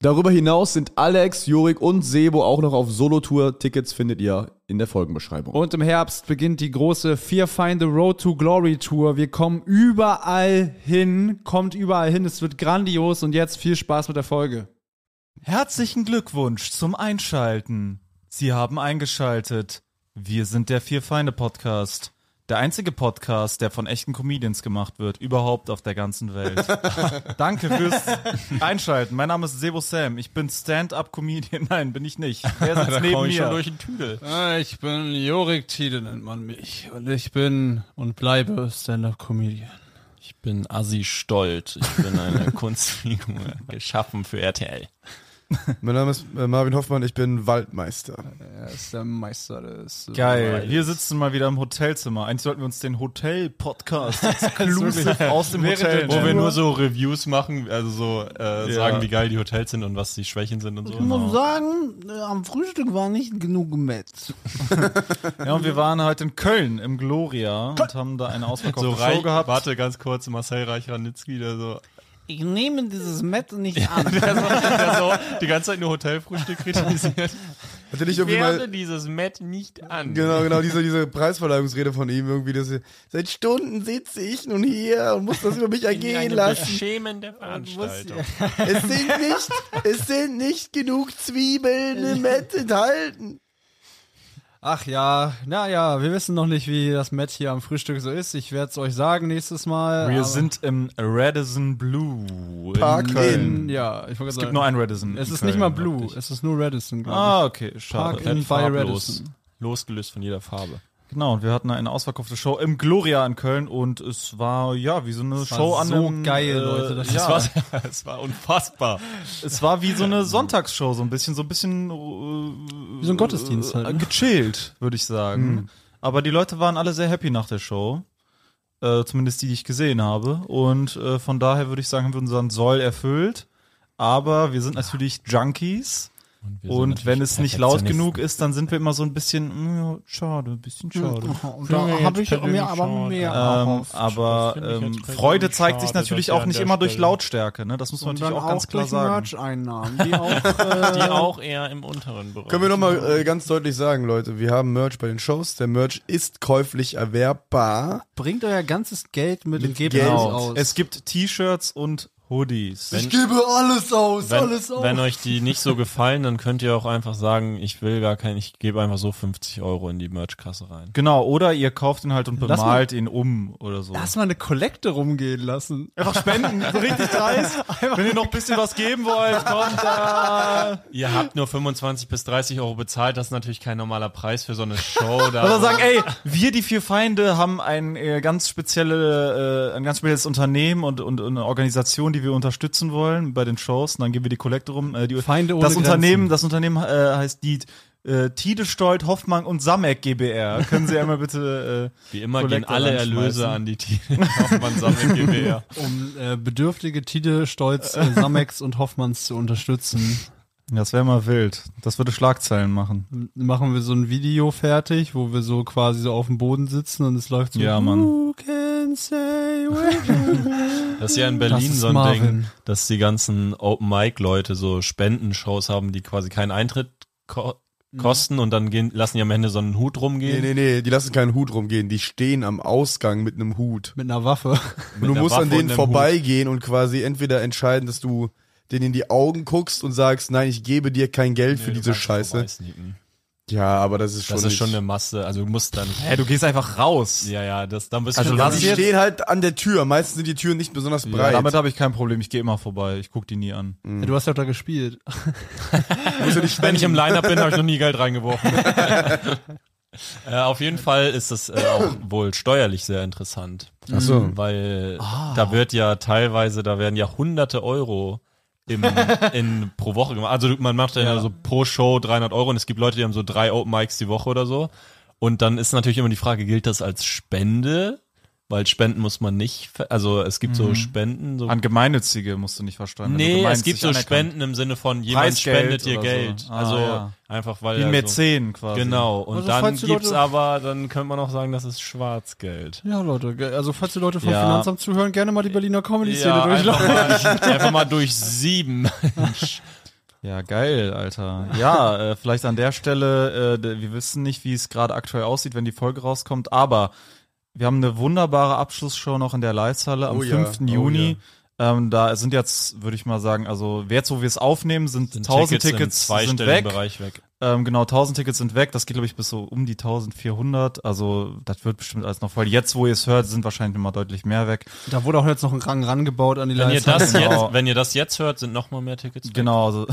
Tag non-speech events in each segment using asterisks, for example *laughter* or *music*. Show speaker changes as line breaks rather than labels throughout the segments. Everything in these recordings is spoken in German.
Darüber hinaus sind Alex, Jurik und Sebo auch noch auf Solo-Tour. Tickets findet ihr in der Folgenbeschreibung.
Und im Herbst beginnt die große Fear Find the Road to Glory Tour. Wir kommen überall hin, kommt überall hin. Es wird grandios und jetzt viel Spaß mit der Folge.
Herzlichen Glückwunsch zum Einschalten. Sie haben eingeschaltet. Wir sind der Vier Feinde Podcast. Der einzige Podcast, der von echten Comedians gemacht wird, überhaupt auf der ganzen Welt.
*laughs*
Danke fürs Einschalten. Mein Name ist Sebo Sam. Ich bin Stand-up-Comedian. *laughs* Nein, bin ich nicht. Wer
*laughs*
sitzt neben
Komm ich schon
mir?
durch den Tüdel.
Ah, Ich bin Jorik Tiede, nennt man mich. Und ich bin und bleibe Stand-Up-Comedian.
Ich bin Assi Stolt. Ich bin
*laughs*
eine Kunstfigur, geschaffen für RTL.
Mein Name ist äh, Marvin Hoffmann, ich bin Waldmeister.
Er ist der Meister des.
Geil. Wir sitzen mal wieder im Hotelzimmer. Eigentlich sollten wir uns den
*laughs*
Hotel-Podcast exclusive aus dem Hotel
Wo wir
nennen.
nur so Reviews machen, also so äh, sagen, wie geil die Hotels sind und was die Schwächen sind und so.
Genau.
Genau.
sagen, äh, am Frühstück war nicht genug Metz.
Ja, und wir waren halt in Köln im Gloria und haben da eine
So
ausverkaufte Show
reich,
gehabt.
warte ganz kurz, Marcel Reich-Ranitzky, der so, *laughs*
Ich nehme dieses
*laughs*
Metz nicht an.
der so, der so die ganze Zeit nur Hotelfrühstück kritisiert.
Hatte nicht irgendwie mal.
dieses Matt nicht an.
Genau, genau, diese, diese Preisverleihungsrede von ihm irgendwie, dass er, seit Stunden sitze ich nun hier und muss das über mich ergehen lassen.
beschämende Veranstaltung.
Es sind nicht, es sind nicht genug Zwiebeln im Met enthalten.
Ach ja, naja, wir wissen noch nicht, wie das Matt hier am Frühstück so ist. Ich werde es euch sagen nächstes Mal.
Wir
aber-
sind im Radisson Blue.
Park
in
Inn.
Ja, ich wollte
Es gibt
sagen.
nur ein Radisson.
es
in
ist
Köln,
nicht mal Blue,
wirklich.
es ist nur Redison, glaube ich.
Ah, okay, schade.
Park Inn. Bei
Farblos,
Radisson.
losgelöst von jeder Farbe.
Genau, und wir hatten eine ausverkaufte Show im Gloria in Köln und es war, ja, wie so eine
war
Show an
so
einem,
geil,
äh,
Leute, das-
ja,
Es war, *laughs* es war unfassbar.
es war wie so eine Sonntagsshow, so ein bisschen, so ein bisschen äh,
Wie so ein Gottesdienst halt,
äh,
ne?
gechillt, würde ich sagen. Aber die Leute waren alle sehr happy nach der Show. Äh, zumindest die, die ich gesehen habe. Und äh, von daher würde ich sagen, haben wir unseren Soll erfüllt. Aber wir sind natürlich Junkies. Und wenn es nicht laut genug ist, dann sind wir immer so ein bisschen, mm, schade, ein bisschen schade.
Da habe ich mir aber mehr
Ähm,
erhofft.
aber
Hm. Das finde ich jetzt
ähm,
persönlich
Freude zeigt sich
schade,
natürlich
dass wir
auch
an
nicht
der
immer durch
Stelle-
Lautstärke, ne? Das muss man
Und
natürlich
dann
auch ganz klar
durch
sagen.
Merch-Einnahmen, die auch,
*laughs*
äh,
Die auch eher im unteren Bereich.
Können wir nochmal äh, ganz deutlich sagen, Leute, wir haben Merch bei den Shows. Der Merch ist käuflich erwerbbar.
Bringt euer ganzes Geld Äh, mit, und gebt
Geld.
alles
Genau.
aus.
Es gibt T-Shirts und Hoodies.
Wenn-
gebe alles aus,
wenn, wenn euch die nicht so gefallen, dann könnt ihr auch einfach sagen, ich will gar kein, ich gebe einfach so 50 Euro in die Merchkasse rein.
genau, oder ihr kauft ihn halt und
Lass mal-
bemalt ihn um oder so.
Lass mal eine Kollekte rumgehen lassen.
Einfach spenden, so richtig
*laughs*
dreist. Wenn ihr noch ein bisschen was geben wollt, kommt da.
Ihr habt nur 25 bis 30 Euro bezahlt, das ist natürlich kein normaler Preis für so eine *laughs* Show. Da
Oder sagen, ey, wir die vier Feinde haben ein äh, ganz spezielle, äh, ein ganz spezielles Unternehmen und, und, und eine Organisation, die wir unterstützen wollen bei den Shows. Und dann geben wir die Kollekte rum. Äh, die,
Feinde ohne
das
Grenzen.
Unternehmen, das Unternehmen äh, heißt die äh, Tide Stolt, Hoffmann und Samek GbR. Können Sie einmal bitte äh,
wie immer
Kollekte
gehen alle
reinschmeißen.
Erlöse an die Tiere. *laughs* Hoffmann sammelt GbR.
Um äh, bedürftige Tide, Stolz,
*laughs*
äh, Samex und Hoffmanns zu unterstützen,
das wäre mal wild. Das würde Schlagzeilen machen.
m- machen wir so ein Video fertig, wo wir so quasi so auf dem Boden sitzen und es läuft so.
Ja, Mann.
Who can say when-
Das ist ja in
Das
Berlin
ist
so ein
Marvin.
Ding, dass die ganzen Open-Mic-Leute so Spendenshows haben, die quasi keinen Eintritt ko
Mhm.
kosten und dann gehen, lassen die am Ende so einen Hut
Nee,
rumgehen.
nee, nee, die lassen keinen Hut rumgehen. Die stehen am Ausgang mit einem Hut.
Mit einer Waffe.
Und du
der
musst
Waffe
an
und
denen
dem
vorbeigehen und quasi entweder entscheiden, dass du denen in die Augen guckst und sagst, nein, ich gebe dir kein Geld für
Du
diese
kannst
Scheiße.
vorbeisneaken.
Ja, aber das ist schon.
hm. Das ist
nicht-
schon eine Masse, also du musst dann,
Hä, du gehst einfach raus.
ja, ja, das, dann bist
Also
du
lass
quasi-
die stehen halt an der Tür. Meistens sind die Türen nicht besonders breit.
damit habe ich kein Problem. Ich gehe immer vorbei. Ich gucke die nie an.
Du hast ja da gespielt.
Wenn ich im Line-Up bin, habe ich noch nie Geld reingeworfen. *laughs* äh, auf jeden Fall ist das äh, auch wohl steuerlich sehr interessant. Mhm.
Ach so.
Ah. Weil da wird ja teilweise, da werden ja hunderte Euro im, in, pro Woche gemacht. Also man macht ja, so pro Show 300 Euro und es gibt Leute, die haben so drei Open Mics die Woche oder so. Und dann ist natürlich immer die Frage, gilt das als Spende? Weil Spenden muss man nicht, ver- also es gibt so Spenden. So
An gemeinnützige musst du nicht versteuern. wenn du
nee, es
gemeinnützig
gibt so
Also anerkannt.
Spenden im Sinne von, jemand
Preisgeld
spendet dir
oder so.
Geld.
Ah,
also
ja.
einfach, weil
Wie ein
er so-
Mäzen quasi.
Genau, und
Also,
dann
falls die Leute-
gibt's aber, dann könnte man auch sagen, das ist Schwarzgeld.
Ja, Leute, ge- also falls die Leute vom
Ja.
Finanzamt zuhören, gerne mal die Berliner Comedy-Szene
einfach,
durchlaufen.
mal, einfach mal durch sieben.
Ja, geil, Alter. Ja, äh, vielleicht an der Stelle, äh, d- wir wissen nicht, wie es gerade aktuell aussieht, wenn die Folge rauskommt, aber wir haben eine wunderbare Abschlussshow noch in der Leishalle am
Oh ja,
5.
oh
Juni. Ähm, da sind jetzt, würde ich mal sagen, also jetzt, wo wir es aufnehmen, *laughs* sind, 1000 Tickets, sind weg.
Bereich weg.
Ähm, genau, 1000 Tickets sind weg. Das geht, glaube ich, bis so um die 1400. Also, das wird bestimmt alles noch voll. Jetzt, wo ihr es hört, sind wahrscheinlich noch mal deutlich mehr weg.
Da wurde auch jetzt noch ein Rang rangebaut an die
Wenn ihr,
Leistung.
das
Genau.
jetzt, wenn ihr das jetzt hört, sind noch mal mehr Tickets weg.
Genau, also,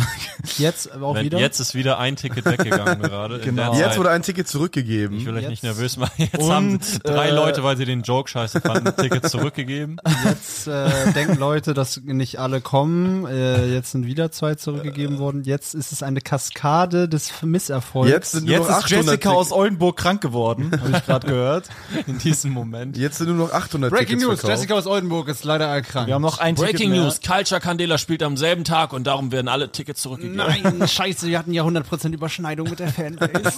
Jetzt aber auch
Wenn,
wieder.
jetzt ist wieder ein Ticket weggegangen gerade. in der
Genau.
Zeit.
Jetzt wurde ein Ticket
ich
zurückgegeben.
will euch
Jetzt-
nicht nervös machen. Jetzt
Und,
haben drei
äh,
Leute, weil sie den Joke scheiße fanden, Tickets zurückgegeben.
Jetzt äh, denken Leute, dass nicht alle kommen. Äh, jetzt sind wieder zwei
Äh.
zurückgegeben worden. Jetzt ist es eine Kaskade des Misserfolgs.
Jetzt sind nur
jetzt
noch
ist
800
Jessica
Tick-
aus Oldenburg krank geworden, habe ich gerade
*laughs*
gehört.
In diesem Moment.
Jetzt sind nur noch 800
Breaking
Tickets
News,
verkauft.
Jessica aus Oldenburg ist leider erkrankt.
Wir haben noch ein Ticket
Breaking
mehr.
News, Culture Candela spielt am selben Tag und darum werden alle Tickets zurückgegeben.
Nein, scheiße, wir hatten ja 100% Überschneidung mit der *laughs* Fanbase.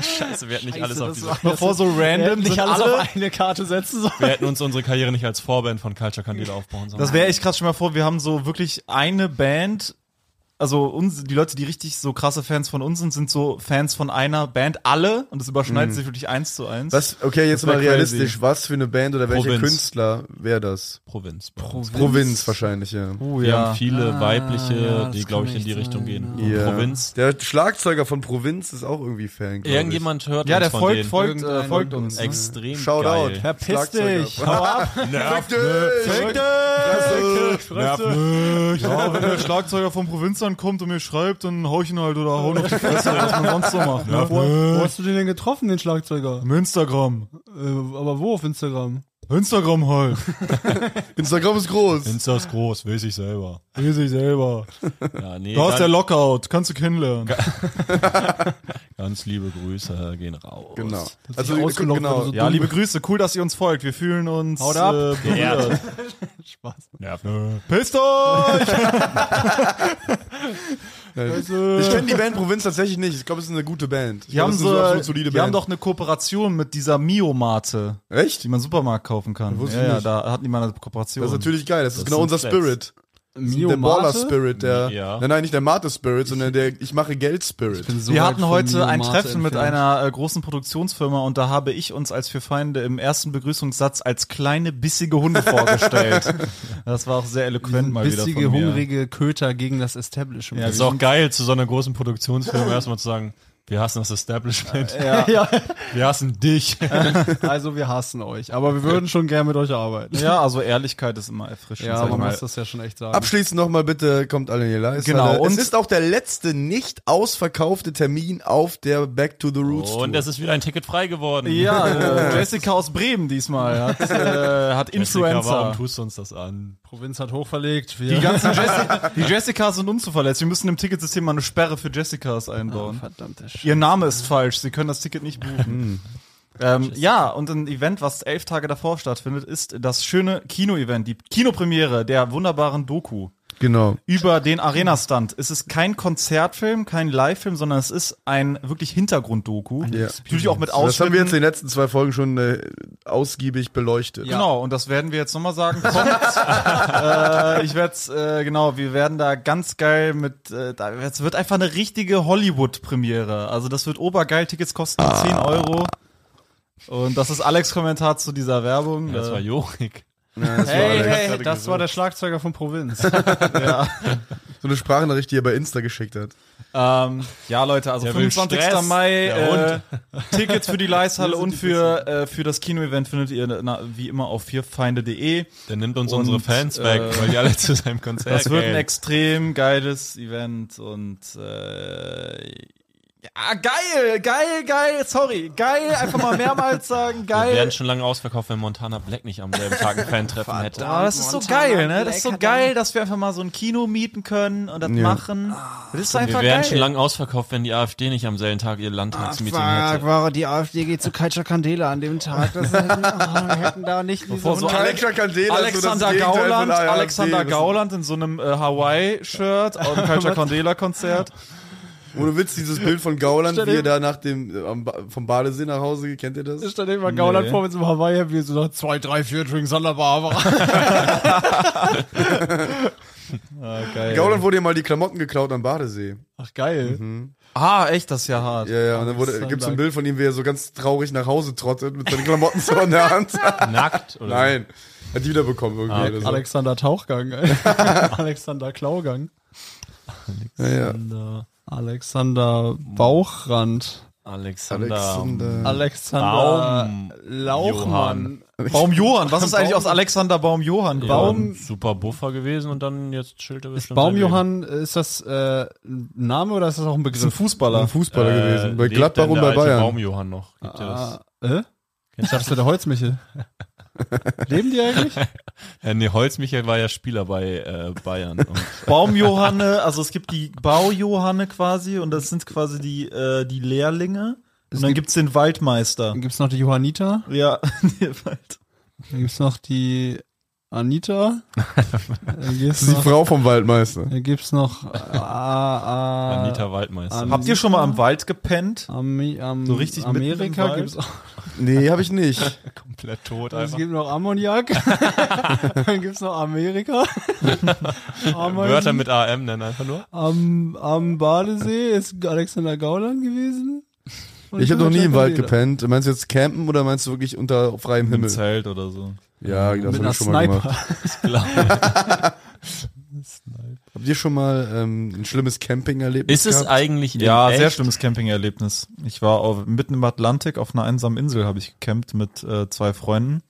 Scheiße, wir hätten nicht alles
Scheiße,
auf
das
diese
war-
Bevor so random
nicht
sind
alles
alle,
auf eine Karte setzen sollen.
Wir hätten uns unsere Karriere nicht als Vorband von Culture Candela aufbauen sollen.
Das wäre echt krass. Stell dir mal vor, wir haben so wirklich eine Band. Also uns, die Leute, die richtig so krasse Fans von uns sind, sind so Fans von einer Band. Alle. Und das überschneidet sich wirklich eins zu eins.
Mhm. Was, okay, jetzt
wär
mal realistisch.
crazy.
Was für eine Band oder welcher
Provinz.
Künstler wäre das?
Provinz.
Provinz wahrscheinlich, ja.
Oh,
Wir
ja.
haben viele weibliche,
ja, das
die, glaube ich,
kann
in die
echt
Richtung
sein,
gehen.
ja.
Und
Ja.
Provinz.
Der Schlagzeuger von Provinz ist auch irgendwie Fan. glaub ich.
Irgendjemand hört
ja,
uns
der
von
folgt,
denen.
folgt, äh,
Irgendein-
folgt uns. ne?
Extrem
Shoutout.
geil.
Verpiss
Schlagzeuger.
dich. Hau
*laughs*
ab.
Nervt dich!
Nervt
Ja, wenn der Schlagzeuger vom Provinz dann kommt und mir schreibt, dann hau ich ihn halt oder hau ihn auf die Fresse, was man sonst so macht. Ne?
Wo, wo hast du den denn getroffen, den Schlagzeuger?
Im Instagram.
Äh, aber wo auf Instagram?
Instagram halt.
Instagram ist groß.
Insta ist groß, weiß ich selber.
Wie sich selber.
Ja, nee,
Da ist der
ganz,
Lockout. Kannst du kennenlernen.
ganz liebe Grüße gehen raus.
Genau.
sich ausgelockt, wenn du so
Ja, liebe Grüße, cool, dass ihr uns folgt. Wir fühlen uns.
Haut ab.
Äh,
Ja.
*laughs*
berührt.
Nervt. ne?
Pisst euch!
Ich kenne die Band Provinz tatsächlich nicht. Ich glaube, es ist eine gute Band. Ich
Die haben,
glaub, es ist eine
so,
absolut solide
die haben
Band.
doch eine Kooperation mit dieser Mio-Mate,
Echt?
die man im Supermarkt kaufen kann.
Wusste
Ja,
ich
ja,
nicht.
da hatten die mal eine Kooperation.
Das ist natürlich geil. Das ist genau
sind
unser
Flats.
Spirit.
Mio
der Baller
Mate?
Spirit, der.
Ja.
Nein, nein, nicht der Mate Spirit, sondern der Ich mache Geld Spirit.
So
wir
weit
hatten
von
heute
Mio
ein
Mate
Treffen mit
entfernt.
einer äh, großen Produktionsfirma und da habe ich uns als für Feinde im ersten Begrüßungssatz als kleine, bissige Hunde
*laughs*
vorgestellt. Das war auch sehr eloquent mal wieder
bissige,
von mir.
hungrige Köter gegen das Establishment.
Ja,
Das ist auch geil, zu so einer großen Produktionsfirma erstmal zu sagen, wir hassen das Establishment,
Ja,
wir hassen dich.
also wir hassen euch, aber wir würden schon gern mit euch arbeiten.
Ja, also Ehrlichkeit ist immer erfrischend.
Ja,
sag ich
man
mal.
muss das ja schon echt sagen.
Abschließend nochmal bitte, kommt alle in die Leistung.
Genau,
Und
und-
es ist auch der letzte nicht ausverkaufte Termin auf der Back to the Roots.
Und
Tour.
es ist wieder ein Ticket frei geworden.
Ja,
*laughs*
äh, Jessica aus Bremen diesmal hat, äh, hat
Jessica, warum
Influencer.
tust du uns das an?
Provinz hat hochverlegt. Wir
Die ganzen Jessi die Jessicas sind unzuverlässig. Wir müssen im Ticketsystem mal eine Sperre für Jessicas einbauen.
verdammte Sch
Ihr Name ist falsch, sie können das Ticket nicht
*laughs* Hm.
buchen. ähm, ja, und ein Event, was elf Tage davor stattfindet, ist das schöne Kino-Event, die Kinopremiere der wunderbaren Doku
Genau.
über den Arena-Stunt. Es ist kein Konzertfilm, kein Live-Film, sondern es ist ein wirklich Hintergrund-Doku.
Ja.
Natürlich auch mit
*laughs* Das haben wir
Ausschnitten.
jetzt in den letzten zwei Folgen schon äh, ausgiebig beleuchtet.
Genau, und das werden wir jetzt nochmal sagen. Kommt, äh, ich werde äh, genau, wir werden da ganz geil mit, äh, da- es wird einfach eine richtige Hollywood-Premiere. Also das wird obergeil, Tickets kosten
Ah.
10 Euro. Und das ist Alex Kommentar zu dieser Werbung.
Das
Äh,
war Jorik.
Hey, hey, das war der Schlagzeuger von Provinz.
So eine Sprachnachricht, die er bei Insta geschickt hat.
Ähm, ja, Leute, also
Der will
25.
Stress,
Mai, äh,
der
Tickets für
*laughs*
die Leishalle und für, äh, für das Kino-Event findet ihr na, wie immer auf vierfeinde.de.
Der nimmt uns
Und,
unsere Fans weg,
äh,
weil die alle zu seinem Konzert
Das wird ein
gehen.
extrem geiles Event und äh,
Ja, geil, geil, geil, sorry. Geil, einfach mal mehrmals sagen,
Wir
geil.
wären schon lange ausverkauft, wenn Montana Black nicht am selben Tag ein Fan-Treffen hätte.
Ah, das ist so geil, ne? Das ist so geil, dass wir einfach mal so ein Kino mieten können und das machen. Das ist
Wir
einfach
wären
geil.
schon lange ausverkauft, wenn die AfD nicht am selben Tag ihr Landtagsmeeting hätte.
war die AfD geht zu Kaiser Candela an dem Tag. Das hätten, oh, wir hätten da nicht diese
so
Unter-
Alexa Candela,
Alexander
so das Gegenteil
Gauland,
von AfD.
Alexander
Das-
Gauland in so einem äh, Hawaii-Shirt auf dem
*laughs*
Culture Condela Konzert.
Ohne Witz, dieses Bild von Gauland, wie er da nach dem, äh, am Ba- vom Badesee nach Hause, geht. kennt ihr das?
Stand immer Gauland vor mit so einem Hawaii-Bier, so noch zwei, drei, vier Drinks an der Barbara.
Gauland wurde ja mal die Klamotten geklaut am Badesee.
Ach, geil.
Ah, echt, das ist ja hart.
Ja, ja, und dann wurde, gibt's so ein Bild von ihm, wie er so ganz traurig nach Hause trottet, mit seinen Klamotten so in
*laughs*
der Hand.
Nackt? Oder
Nein, hat die wiederbekommen
Ah,
irgendwie. oder so.
Alexander Tauchgang. Alexander Klaugang.
Ja, ja.
Alexander Bauchrand.
Alexander.
Alexander.
Alexander
Baum-
Lauchmann.
Baum Johann, was ist eigentlich aus Alexander Baum Johann
Ja,
geworden?
Baum-
super Buffer gewesen und dann jetzt chillt er bestimmt. sein
Baumjohann, ist das äh, ein Name oder ist das auch ein
Ist ein
Begriff?
Fußballer.
Ein Fußballer
Leben.
gewesen, bei
Äh, lebt
Gladbach
denn
und
der
bei
alte
Bayern.
Baumjohann noch. Gibt ja das?
Äh? Ich dachte, das wäre der Holzmichel. Leben die eigentlich?
Äh, nee, Holzmichael war ja Spieler bei äh, Bayern. Und
Baumjohanne, also es gibt die Baujohanne quasi und das sind quasi die, äh, die Lehrlinge. Und dann
gibt-
gibt's den Waldmeister.
Dann gibt es noch die Johannita.
Ja, der Wald.
Dann gibt es noch die Anita. Äh, Dann gibt
Das ist die Frau vom Waldmeister.
es noch. Äh, ah, ah,
Anita Waldmeister.
An-
Habt ihr schon mal am Wald gepennt?
Ami, am,
So richtig mitten im
Amerika
Wald?
gibt es auch.
Nee, habe ich nicht.
komplett tot
Es
einfach.
gibt noch Ammoniak. *laughs* Dann gibt es noch Amerika. Ameisen.
Wörter mit AM nennen einfach nur.
Am, am Badesee ist Alexander Gauland gewesen. Und
Ich habe noch nie im Wald
Candela.
gepennt. Meinst du jetzt campen oder meinst du wirklich unter freiem
Im
Himmel?
Zelt oder so.
Ja, das
Mit
habe
einer
ich schon mal
Sniper.
gemacht. Habt ihr schon mal ähm, ein schlimmes Camping erlebt?
Ist es eigentlich
Ja,
in
Ah, sehr
echt?
schlimmes Campingerlebnis. Ich war auf, mitten im Atlantik auf einer einsamen Insel, habe ich gecampt mit äh, zwei Freunden.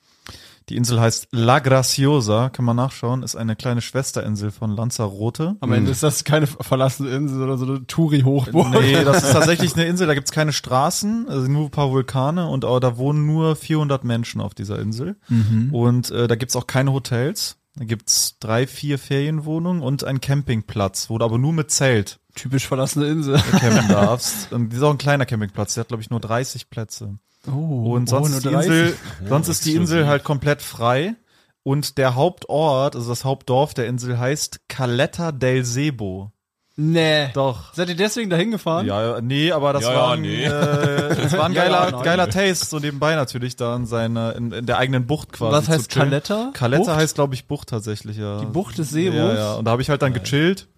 Die Insel heißt La Graciosa, kann man nachschauen, ist eine kleine Schwesterinsel von Lanzarote.
Am Ende ist das keine verlassene Insel oder so eine Touri-Hochburg.
Nee, das ist tatsächlich eine Insel, da gibt's keine Straßen, also nur ein paar Vulkane und äh, da wohnen nur 400 Menschen auf dieser Insel.
Mhm.
Und äh, da gibt's auch keine Hotels. Da gibt's drei, vier Ferienwohnungen und einen Campingplatz, wo du aber nur mit Zelt
*laughs* Typisch verlassene Insel.
campen darfst. *laughs* Und das ist auch ein kleiner Campingplatz, der hat, glaube ich, nur 30 Plätze.
Oh,
Und sonst, ist die, Insel, sonst ist die Insel halt komplett frei. Und der Hauptort, also das Hauptdorf der Insel heißt Caleta del Sebo.
Nee.
Doch.
Seid ihr deswegen da hingefahren?
Ja, ja, nee, aber das
Ja, ja,
war ein,
nee.
äh, das war ein
Ja, ja,
geiler,
nein.
geiler Taste, so nebenbei natürlich da in seiner, in, in der eigenen Bucht quasi.
Was heißt
zu chillen.
Caletta?
Caletta
Bucht?
heißt, glaube ich, Bucht tatsächlich, ja.
Die Bucht des Seebos?
Ja, ja. Und da habe ich halt dann gechillt.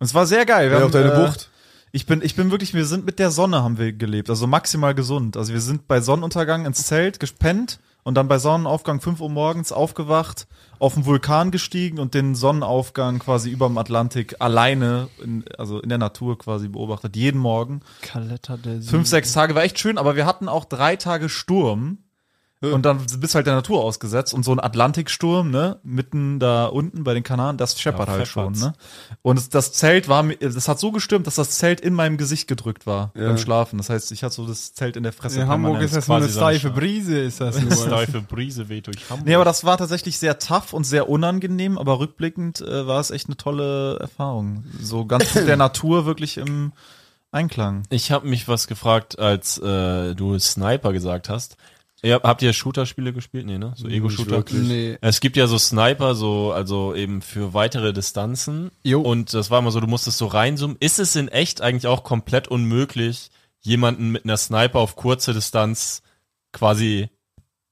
Und es war sehr geil. Wir
Ja, auf deine
äh,
Bucht.
Ich bin, ich bin wirklich, wir sind mit der Sonne haben wir gelebt, also maximal gesund. Also wir sind bei Sonnenuntergang ins Zelt gespennt und dann bei Sonnenaufgang 5 Uhr morgens aufgewacht, auf den Vulkan gestiegen und den Sonnenaufgang quasi überm Atlantik alleine, in, also in der Natur quasi beobachtet, jeden Morgen.
Caletta del Sol.
Fünf, sechs Tage war echt schön, aber wir hatten auch drei Tage Sturm. Und dann bist halt der Natur ausgesetzt und so ein Atlantiksturm, ne, mitten da unten bei den Kanaren, das scheppert
Ja,
halt schon,
scheppert's.
ne? Und es, das Zelt war, mi- das hat so gestürmt, dass das Zelt in meinem Gesicht gedrückt war beim Schlafen. Das heißt, ich hatte so das Zelt in der Fresse.
In Hamburg
permanent.
ist das nur eine
quasi so eine
steife
Stadt.
Brise, ist das
Das
nur.
Teufel Brise weht durch Hamburg.
Nee, aber das war tatsächlich sehr tough und sehr unangenehm, aber rückblickend äh, war es echt eine tolle Erfahrung. So ganz mit der Natur wirklich im Einklang.
Ich habe mich was gefragt, als äh, du Sniper gesagt hast. Ihr, habt- habt ihr Shooter-Spiele gespielt? Nee, ne? So Ego-Shooter?
Nee.
Es gibt ja so Sniper, so, also eben für weitere Distanzen.
Jo.
Und das war immer so, du musstest so reinzoomen. Ist es in echt eigentlich auch komplett unmöglich, jemanden mit einer Sniper auf kurze Distanz quasi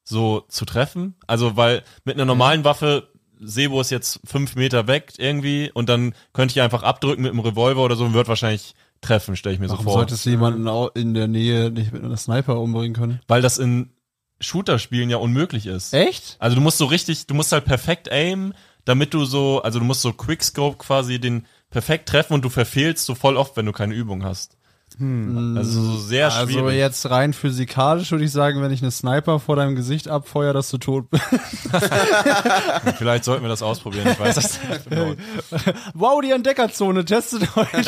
so zu treffen? Also, weil mit
Mhm.
einer normalen Waffe, Sebo ist jetzt fünf Meter weg irgendwie und dann könnte ich einfach abdrücken mit einem Revolver oder so und wird wahrscheinlich treffen, stelle ich mir
Warum
so vor.
solltest du jemanden au- in der Nähe nicht mit einer Sniper umbringen können?
Weil das in Shooter-Spielen ja unmöglich ist.
Echt?
Also du musst so richtig, du musst halt perfekt aimen, damit du so, also du musst so Quickscope quasi den perfekt treffen und du verfehlst so voll oft, wenn du keine Übung hast.
Hm.
Also so sehr schwierig.
Also jetzt rein physikalisch würde ich sagen, wenn ich einen Sniper vor deinem Gesicht abfeuere, dass du tot bist. *laughs*
Vielleicht sollten wir das ausprobieren. Ich weiß das.
*laughs*
genau.
wow, die Entdeckerzone, testet euch.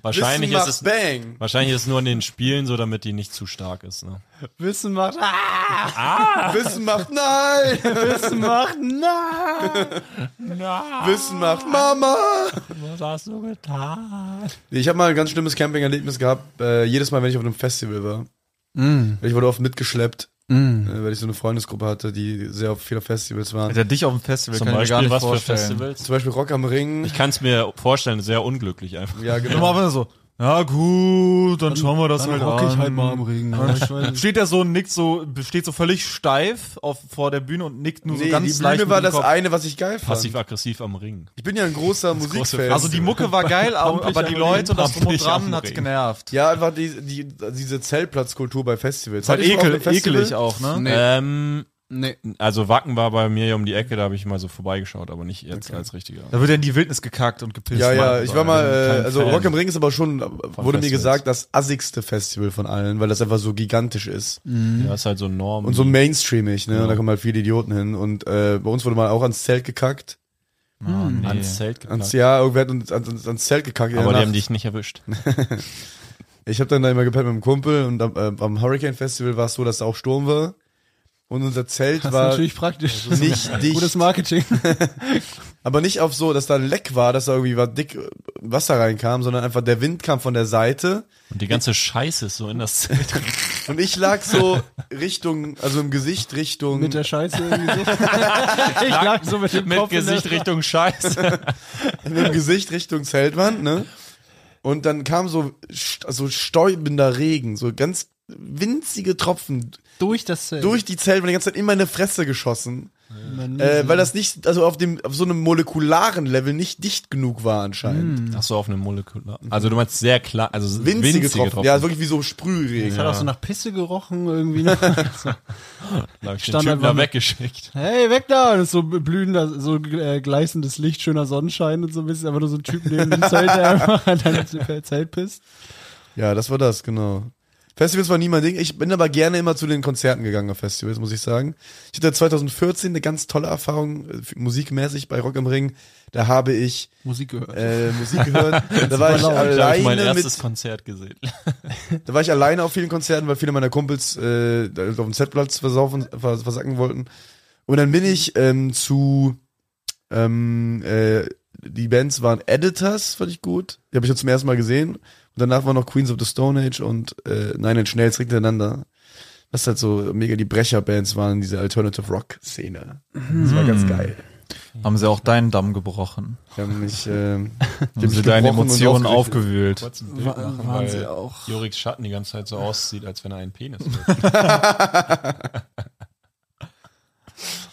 Wahrscheinlich
Wissen
ist
macht
es
Bang.
wahrscheinlich ist es nur in den Spielen so, damit die nicht zu stark ist. Ne?
Wissen macht,
ah!
Ah!
Wissen macht nein.
Wissen macht, nein.
Wissen macht Mama.
Was hast du getan?
Ich habe mal ein ganz schlimmes Camping-Erlebnis gehabt. Äh, jedes Mal, wenn ich auf einem Festival war.
Mm.
Ich wurde oft mitgeschleppt, äh, weil ich so eine Freundesgruppe hatte, die sehr auf viele Festivals waren.
Alter, dich auf dem Festival
Zum
kann ich mir gar
Beispiel
nicht
was für
vorstellen.
Festivals?
Zum Beispiel Rock am Ring.
Ich kann es mir vorstellen, sehr unglücklich einfach.
Ja, genau.
Normalerweise so, ja gut, dann, schauen wir das halt an. ne?
Regen.
Steht da so und nickt so, steht so völlig steif auf, vor der Bühne und nickt nur
Nee,
so
die
ganz leicht
Bühne
mit
war
dem
das
Kopf.
eine, was ich geil fand.
Passiv-aggressiv am Ring.
Ich bin ja ein großer Musikfan.
Also die Mucke war geil, aber, aber die
am
Leute und das
Ring,
Drum und
pampig am
Dran hat
Ring.
genervt.
ja, einfach die, die, diese Zeltplatzkultur bei Festivals.
Halt
Hattet ihr
ekel,
auf einem Festival?
ekelig auch, ne?
Nee.
Ähm,
Nee.
also Wacken war bei mir hier um die Ecke, da habe ich mal so vorbeigeschaut, aber nicht jetzt als richtiger.
Da wird ja in die Wildnis gekackt und gepisst.
Ja, ja,
Mann,
ich war
Leute.
mal,
kein
äh, also
Fan.
Rock am Ring ist aber schon, äh, wurde mir
Festivals.
gesagt, das assigste Festival von allen, weil das einfach so gigantisch ist.
Ja, ist halt so Norm.
Und so mainstreamig, ne? Und da kommen halt viele Idioten hin. Und äh, bei uns wurde mal auch ans Zelt gekackt.
Oh, nee.
ans Zelt
Ans,
gepackt.
ja, irgendwer hat uns ans, ans, ans Zelt gekackt. in der
Ah, Aber die
Nacht.
haben dich nicht erwischt.
Ich habe dann da immer gepennt mit einem Kumpel und am, äh, am Hurricane Festival war es so, dass da auch Sturm war. Und unser Zelt
Das ist
war
natürlich praktisch.
*laughs* nicht
Gutes
dicht.
Marketing.
*laughs* Aber nicht auf so, dass da ein Leck war, dass da irgendwie was dick äh, Wasser reinkam, sondern einfach der Wind kam von der Seite.
Und die ganze Scheiße ist so in das Zelt.
Und ich lag so Richtung, also im Gesicht Richtung.
Mit
*laughs*
der Scheiße irgendwie so. ich lag so mit dem
mit
Kopf in der-
Gesicht Richtung Scheiße.
mit dem Gesicht Richtung Zeltwand, ne? Und dann kam so, st- so stäubender Regen, so ganz winzige Tropfen
Durch das Zelt.
durch die Zeltwand die ganze Zeit in meine Fresse geschossen. Äh, weil das nicht, also auf dem, auf so einem molekularen Level nicht dicht genug war anscheinend.
Ach so, auf einem Molekular. Also du meinst sehr klar, also
Winzige,
winzige,
Tropfen.
Tropfen.
Ja, wirklich wie so Sprühregen.
Das hat auch so nach Pisse gerochen irgendwie. *laughs*
Da hab ich den
Stand
Typen
einfach
da
mit-
weggeschickt.
hey, weg da! Und es ist so blühender, so äh, gleißendes Licht, schöner Sonnenschein und so ein bisschen. Aber nur so ein Typ neben dem Zelt,
*laughs*
der einfach an deinem Zelt pisst.
Ja, das war das, genau. Festivals war nie mein Ding. Ich bin aber gerne immer zu den Konzerten gegangen auf Festivals, muss ich sagen. Ich hatte 2014 eine ganz tolle Erfahrung, äh, musikmäßig bei Rock am Ring. Da habe ich
Musik gehört.
äh,
*laughs*
Musik gehört. da war ich
laut.
Da habe ich mein
alleine
erstes
mit,
Konzert gesehen. *laughs*
da war ich alleine auf vielen Konzerten, weil viele meiner Kumpels äh, da auf dem Setplatz versaufen, vers- versacken wollten. Und dann bin ich ähm, zu ähm, äh, die Bands waren Editors, fand ich gut. Die habe ich ja zum ersten Mal gesehen. Und danach waren noch Queens of the Stone Age und äh, Nine Inch Nails direkt hintereinander. Das halt so mega die Brecherbands waren, diese Alternative Rock Szene. Das war ganz geil.
Mhm. Haben sie auch deinen Damm gebrochen.
Die haben mich, ähm, die
Haben
mich
sie deine
gebrochen und
Emotionen
aufgerichtet.
aufgewühlt.
Weil Juriks Schatten die ganze Zeit so aussieht, als wenn er ein Penis wäre.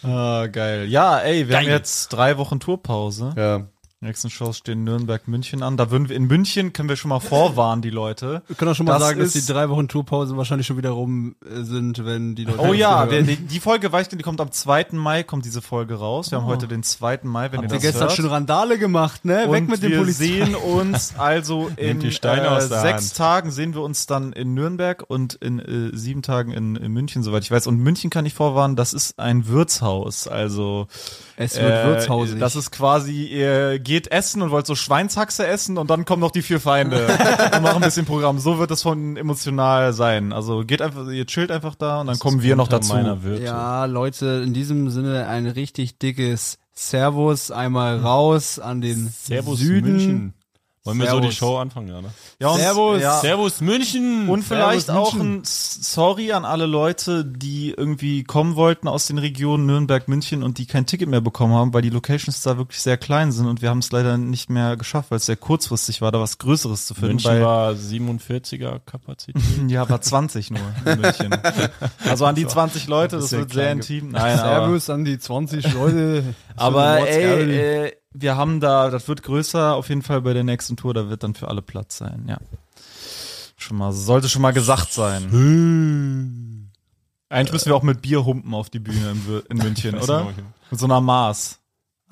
Ah, geil. Ja, ey, wir
Geil.
haben jetzt drei Wochen Tourpause.
Ja.
Die nächsten Shows stehen Nürnberg, München an. Da würden wir, in München können wir schon mal vorwarnen, die Leute.
Wir können auch schon mal
Das
sagen, dass die
ist-
drei Wochen Tourpause wahrscheinlich schon wieder rum äh, sind, wenn die Leute.
Oh ja,
wir
wir, die, die Folge weicht, die kommt am 2. Mai, kommt diese Folge raus. Wir haben heute den 2. Mai, wenn ihr
haben
das
Oh. gestern
hört.
schon Randale gemacht, ne? Weg
Und
mit dem
wir
Polizisten.
sehen uns
*laughs*
also in
die Steine
äh,
aus der
sechs
Hand.
Tagen sehen wir uns dann in Nürnberg und in äh, sieben Tagen in, in München, soweit ich weiß. Und München kann ich vorwarnen, das ist ein Wirtshaus. Also
Es
äh, Das ist quasi, ihr geht essen und wollt so Schweinshaxe essen und dann kommen noch die
*laughs*
vier Feinde und machen ein bisschen Programm. So wird das von emotional sein. Also geht einfach, ihr chillt einfach da und dann kommen wir noch
Unter
dazu.
Meiner Würde.
ja, Leute, in diesem Sinne ein richtig dickes Servus einmal raus an den
Servus
Süden.
München. Wollen wir so die
Servus.
Show anfangen, ja, ne?
Ja, und,
Servus.
Ja.
Servus München!
Und vielleicht
Servus
auch
München.
ein S- Sorry an alle Leute, die irgendwie kommen wollten aus den Regionen Nürnberg, München und die kein Ticket mehr bekommen haben, weil die Locations da wirklich sehr klein sind und wir haben es leider nicht mehr geschafft, weil es sehr kurzfristig war, da was Größeres zu finden.
München
weil,
war 47er Kapazität.
ja, war 20 nur *laughs* in München. Also an die 20 Leute, das, wird sehr intim. Nein, aber,
Servus an die 20 Leute.
aber
What's early?
ey, äh, wir haben da, das wird größer, auf jeden Fall bei der nächsten Tour, da wird dann für alle Platz sein, ja. Schon mal, sollte schon mal gesagt sein. *laughs* Eigentlich müssen wir auch mit Bier humpen auf die Bühne in, Wür- in München,
weiß
oder?
nicht, ob
Mit so einer Maß.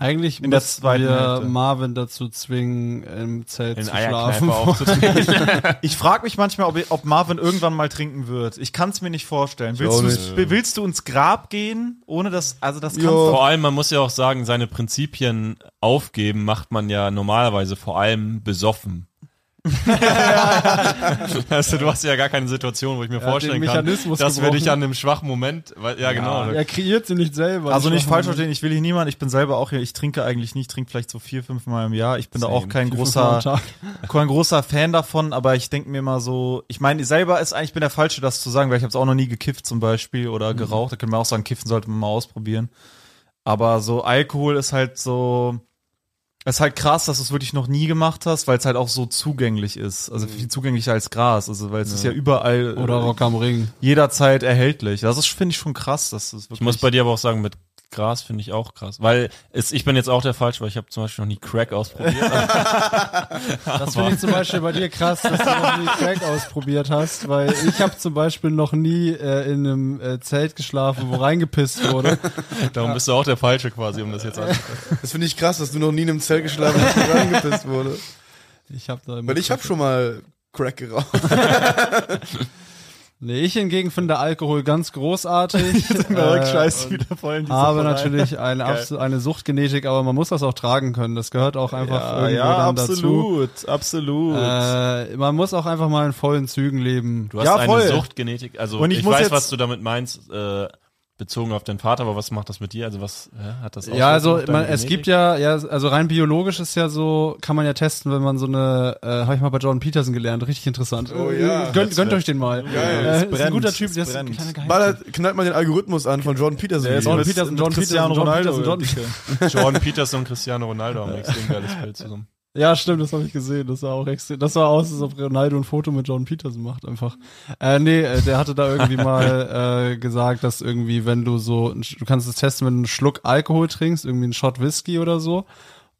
Eigentlich
In der
müssten
zweiten
wir
Hälfte.
Marvin dazu zwingen, im Zelt
in
zu schlafen.
Eierkneipe aufzutreten.
Ich frage mich manchmal, ob, ob Marvin irgendwann mal trinken wird. Ich kann es mir nicht vorstellen.
auch
Willst,
nicht.
du, willst du ins Grab gehen, ohne dass, also das kannst du
Vor allem, man muss ja auch sagen, seine Prinzipien aufgeben macht man ja normalerweise vor allem besoffen. also du hast ja gar keine Situation, wo ich mir vorstellen
den
kann,
Mechanismus
dass wir
gebrochen.
dich an einem schwachen Moment, weil, ja genau,
Er kreiert sie nicht selber.
Also
Ich
nicht
mach
falsch
mal-
verstehen, ich will hier niemand, ich bin selber auch hier, ich trinke eigentlich nicht, ich trinke vielleicht so vier, fünf Mal im Jahr. Ich bin da auch kein
Am
großer,
Tag.
*laughs* kein großer Fan davon, aber ich denke mir mal so, ich meine, selber ist eigentlich, ich bin der Falsche, das zu sagen, weil ich habe es auch noch nie gekifft zum Beispiel
Mhm.
oder geraucht. Da können wir auch sagen, kiffen sollte man mal ausprobieren. Aber so Alkohol ist halt so, ist halt krass, dass du es wirklich noch nie gemacht hast, weil es halt auch so zugänglich ist. Also viel zugänglicher als Gras, also weil es ist ja überall
*laughs* Mhm. Oder Rock am Ring.
jederzeit erhältlich. Das ist, finde ich, schon krass, dass das wirklich.
Ich muss bei dir aber auch sagen, mit Gras finde ich auch krass. Weil es, ich bin jetzt auch der Falsche, weil ich habe zum Beispiel noch nie Crack ausprobiert.
Das finde ich zum Beispiel bei dir krass, dass du noch nie Crack ausprobiert hast, weil ich habe zum Beispiel noch nie äh, in einem äh, Zelt geschlafen, wo reingepisst wurde.
Darum bist du auch der Falsche quasi, um das jetzt anzusprechen.
Das finde ich krass, dass du noch nie in einem Zelt geschlafen hast und reingepisst wurde.
Ich habe da immer
Weil ich habe schon mal Crack geraucht.
Nee, ich hingegen finde Alkohol ganz großartig.
*laughs*
Äh, und
wieder voll in
habe natürlich eine, absol- eine Suchtgenetik, aber man muss das auch tragen können. Das gehört auch einfach
Ja,
irgendwo
ja
dann
absolut, absolut.
dazu. Äh, man muss auch einfach mal in vollen Zügen leben.
Du hast
Ja, voll.
eine Suchtgenetik. Also
Und ich
ich,
muss
weiß,
jetzt-
was du damit meinst, äh, bezogen auf deinen Vater, aber was macht das mit dir? Also was ja, hat das
Ja, also
Auswirkungen auf deine
man, es
Genetik?
gibt ja, ja, also rein biologisch ist ja so, kann man ja testen, wenn man so eine, äh, habe ich mal bei Jordan Peterson gelernt, richtig interessant. Äh,
Oh ja.
Gönnt, gönnt euch den mal.
Geil.
äh,
Es
ist ein
brennt,
guter Typ,
es
der ist ein
brennt.
kleiner Geheimnis.
Ballert, knallt mal den Algorithmus an von Jordan Peterson.
Jetzt
Jordan
mit-
Peterson,
mit
Jordan
Cristiano
Peterson,
Ronaldo.
Jordan
Jordan Peterson und Cristiano Ronaldo haben extrem geiles Bild zusammen.
Ja, stimmt, das habe ich gesehen. Das war auch extrem. Das sah aus, als ob Ronaldo ein Foto mit Jordan Peterson macht einfach. Äh, nee, äh, der hatte da irgendwie mal äh, gesagt, dass irgendwie, wenn du so, du kannst es testen, wenn du einen Schluck Alkohol trinkst, irgendwie einen Shot Whisky oder so,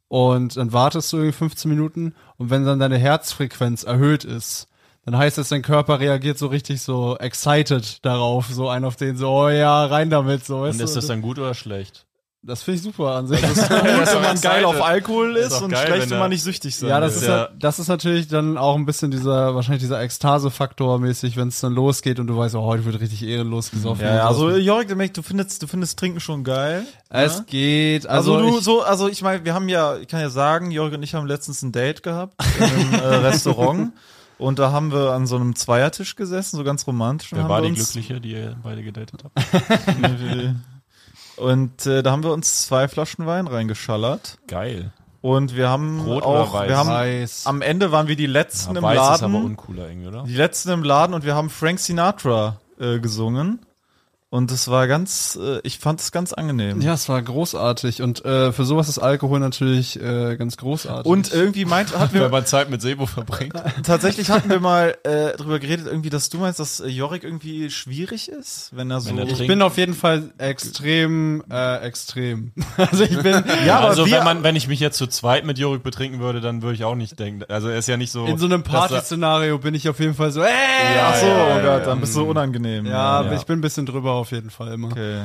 und dann wartest du irgendwie 15 Minuten und wenn dann deine Herzfrequenz erhöht ist, dann heißt es, dein Körper reagiert so richtig so excited darauf, so ein auf den, so, oh ja, rein damit, so.
Und
weißt
ist
du?
das dann Also gut oder schlecht?
das finde ich super an sich.
wenn man geil auf Alkohol
Ist
ist,
doch
und
geil,
schlecht,
wenn
wenn
er-
man nicht süchtig sein
Ja, das
will.
ist,
Ja.
ja- das ist natürlich dann auch ein bisschen dieser, wahrscheinlich dieser Ekstase-Faktor mäßig, wenn es dann losgeht und du weißt, oh, heute wird richtig ehrenlos gesoffen.
ja, ja,
und so.
also Jörg, du merkst, du findest, du findest Trinken schon geil.
es geht,
Also,
also,
du
ich,
so, also ich meine, wir haben ja, ich kann ja sagen, Jörg und ich haben letztens ein Date gehabt in einem äh, Restaurant und da haben wir an so einem Zweiertisch gesessen, so ganz romantisch. und
Wer
haben
war
wir
die
uns-
Glückliche, die ihr beide gedatet habt?
*laughs* Und äh, da haben wir uns zwei Flaschen Wein reingeschallert
Geil.
und wir haben
Rot oder
auch,
weiß?
wir haben
weiß.
Am Ende waren wir die letzten
Ja,
im
weiß ist aber
Laden.
uncooler irgendwie, oder?
Die letzten im Laden und wir haben Frank Sinatra äh, gesungen. Und es war ganz, äh, ich fand es ganz angenehm.
ja, es war großartig und äh, für sowas ist Alkohol natürlich äh, ganz großartig.
Und äh, irgendwie meint, hatten
Wenn
wir,
man Zeit mit Sebo verbringt.
tatsächlich hatten wir mal äh, drüber geredet, irgendwie, dass du meinst, dass äh, Jorik irgendwie schwierig ist, wenn er so.
Wenn er
ich
trinkt.
bin auf jeden Fall extrem, äh, extrem. *laughs* Also ich bin
ja, aber
also
wir,
wenn man, wenn ich mich jetzt zu zweit mit Jorik betrinken würde, dann würde ich auch nicht denken. Also er ist ja nicht so.
in so einem
dass er-
Party-Szenario bin ich auf jeden Fall so, ey!
ach so,
ja,
oh
ja,
Gott, dann bist du unangenehm.
Ja,
Ja.
ich bin ein bisschen drüber auf jeden Fall immer.
Okay.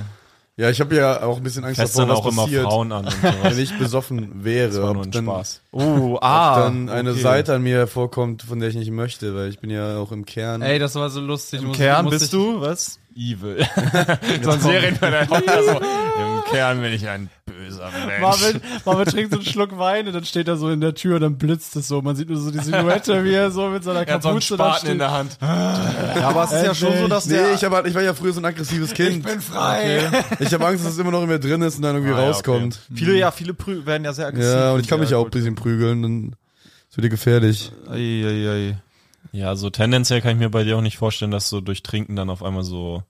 Ja, ich habe ja auch ein bisschen Angst
fässt
davor,
dann
was
auch immer
passiert,
Frauen an und
*laughs* wenn
sowas.
ich besoffen wäre.
Nur
Ob
ein
dann,
Spaß.
Oh, ah.
dann eine
okay.
Seite an mir hervorkommt, von der ich nicht möchte, weil ich bin ja auch im Kern.
Ey, das war so lustig.
Im
Muss-
Kern
muss
bist
ich-
du, was?
*laughs* Evil. so ein *laughs* Serienmörder.
*laughs*
so, Im Kern bin ich ein böser Mensch.
Marvin, Marvin trinkt so einen Schluck Wein und dann steht er so in der Tür und dann blitzt es so. Man sieht nur so die Silhouette, wie er so mit seiner
Er hat so einen
Kapuze da
Spaten in
steht.
der Hand.
Ja, aber es ist ja schon so, dass
nee,
der.
ich, hab, halt- ich war ja früher so ein aggressives Kind.
frei.
Ich habe Angst, dass es immer noch in mir drin ist und dann irgendwie
Ah, ja,
rauskommt.
viele, ja, viele prü werden ja sehr aggressiv.
Mhm. Ja, und
wenn
ich kann
die
mich ja auch ein
Alkohol-
bisschen prügeln, dann ist wieder gefährlich.
Ei, ei, ei.
Ja, so tendenziell kann ich mir bei dir auch nicht vorstellen, dass so durch Trinken dann auf einmal so.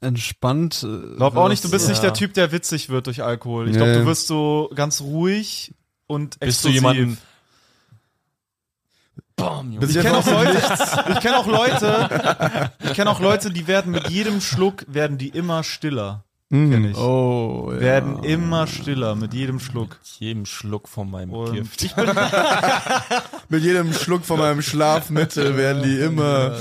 Entspannt.
äh,
Glaub auch nicht, du bist
ja.
nicht der Typ, der witzig wird durch Alkohol. Ich glaube,
Nee.
du wirst so ganz ruhig und
Bist du
explosiv.
jemanden- Bam, Junge.
Bis
Ich
jetzt
kenne
noch
auch Leute, ich kenne auch Leute, ich kenne auch Leute, die werden mit jedem Schluck werden die immer stiller.
Kenn ich.
Oh, ja.
Werden immer stiller mit jedem Schluck.
Jedem Schluck von meinem
Und
Gift.
Mit jedem Schluck von meinem Schlafmittel werden die immer.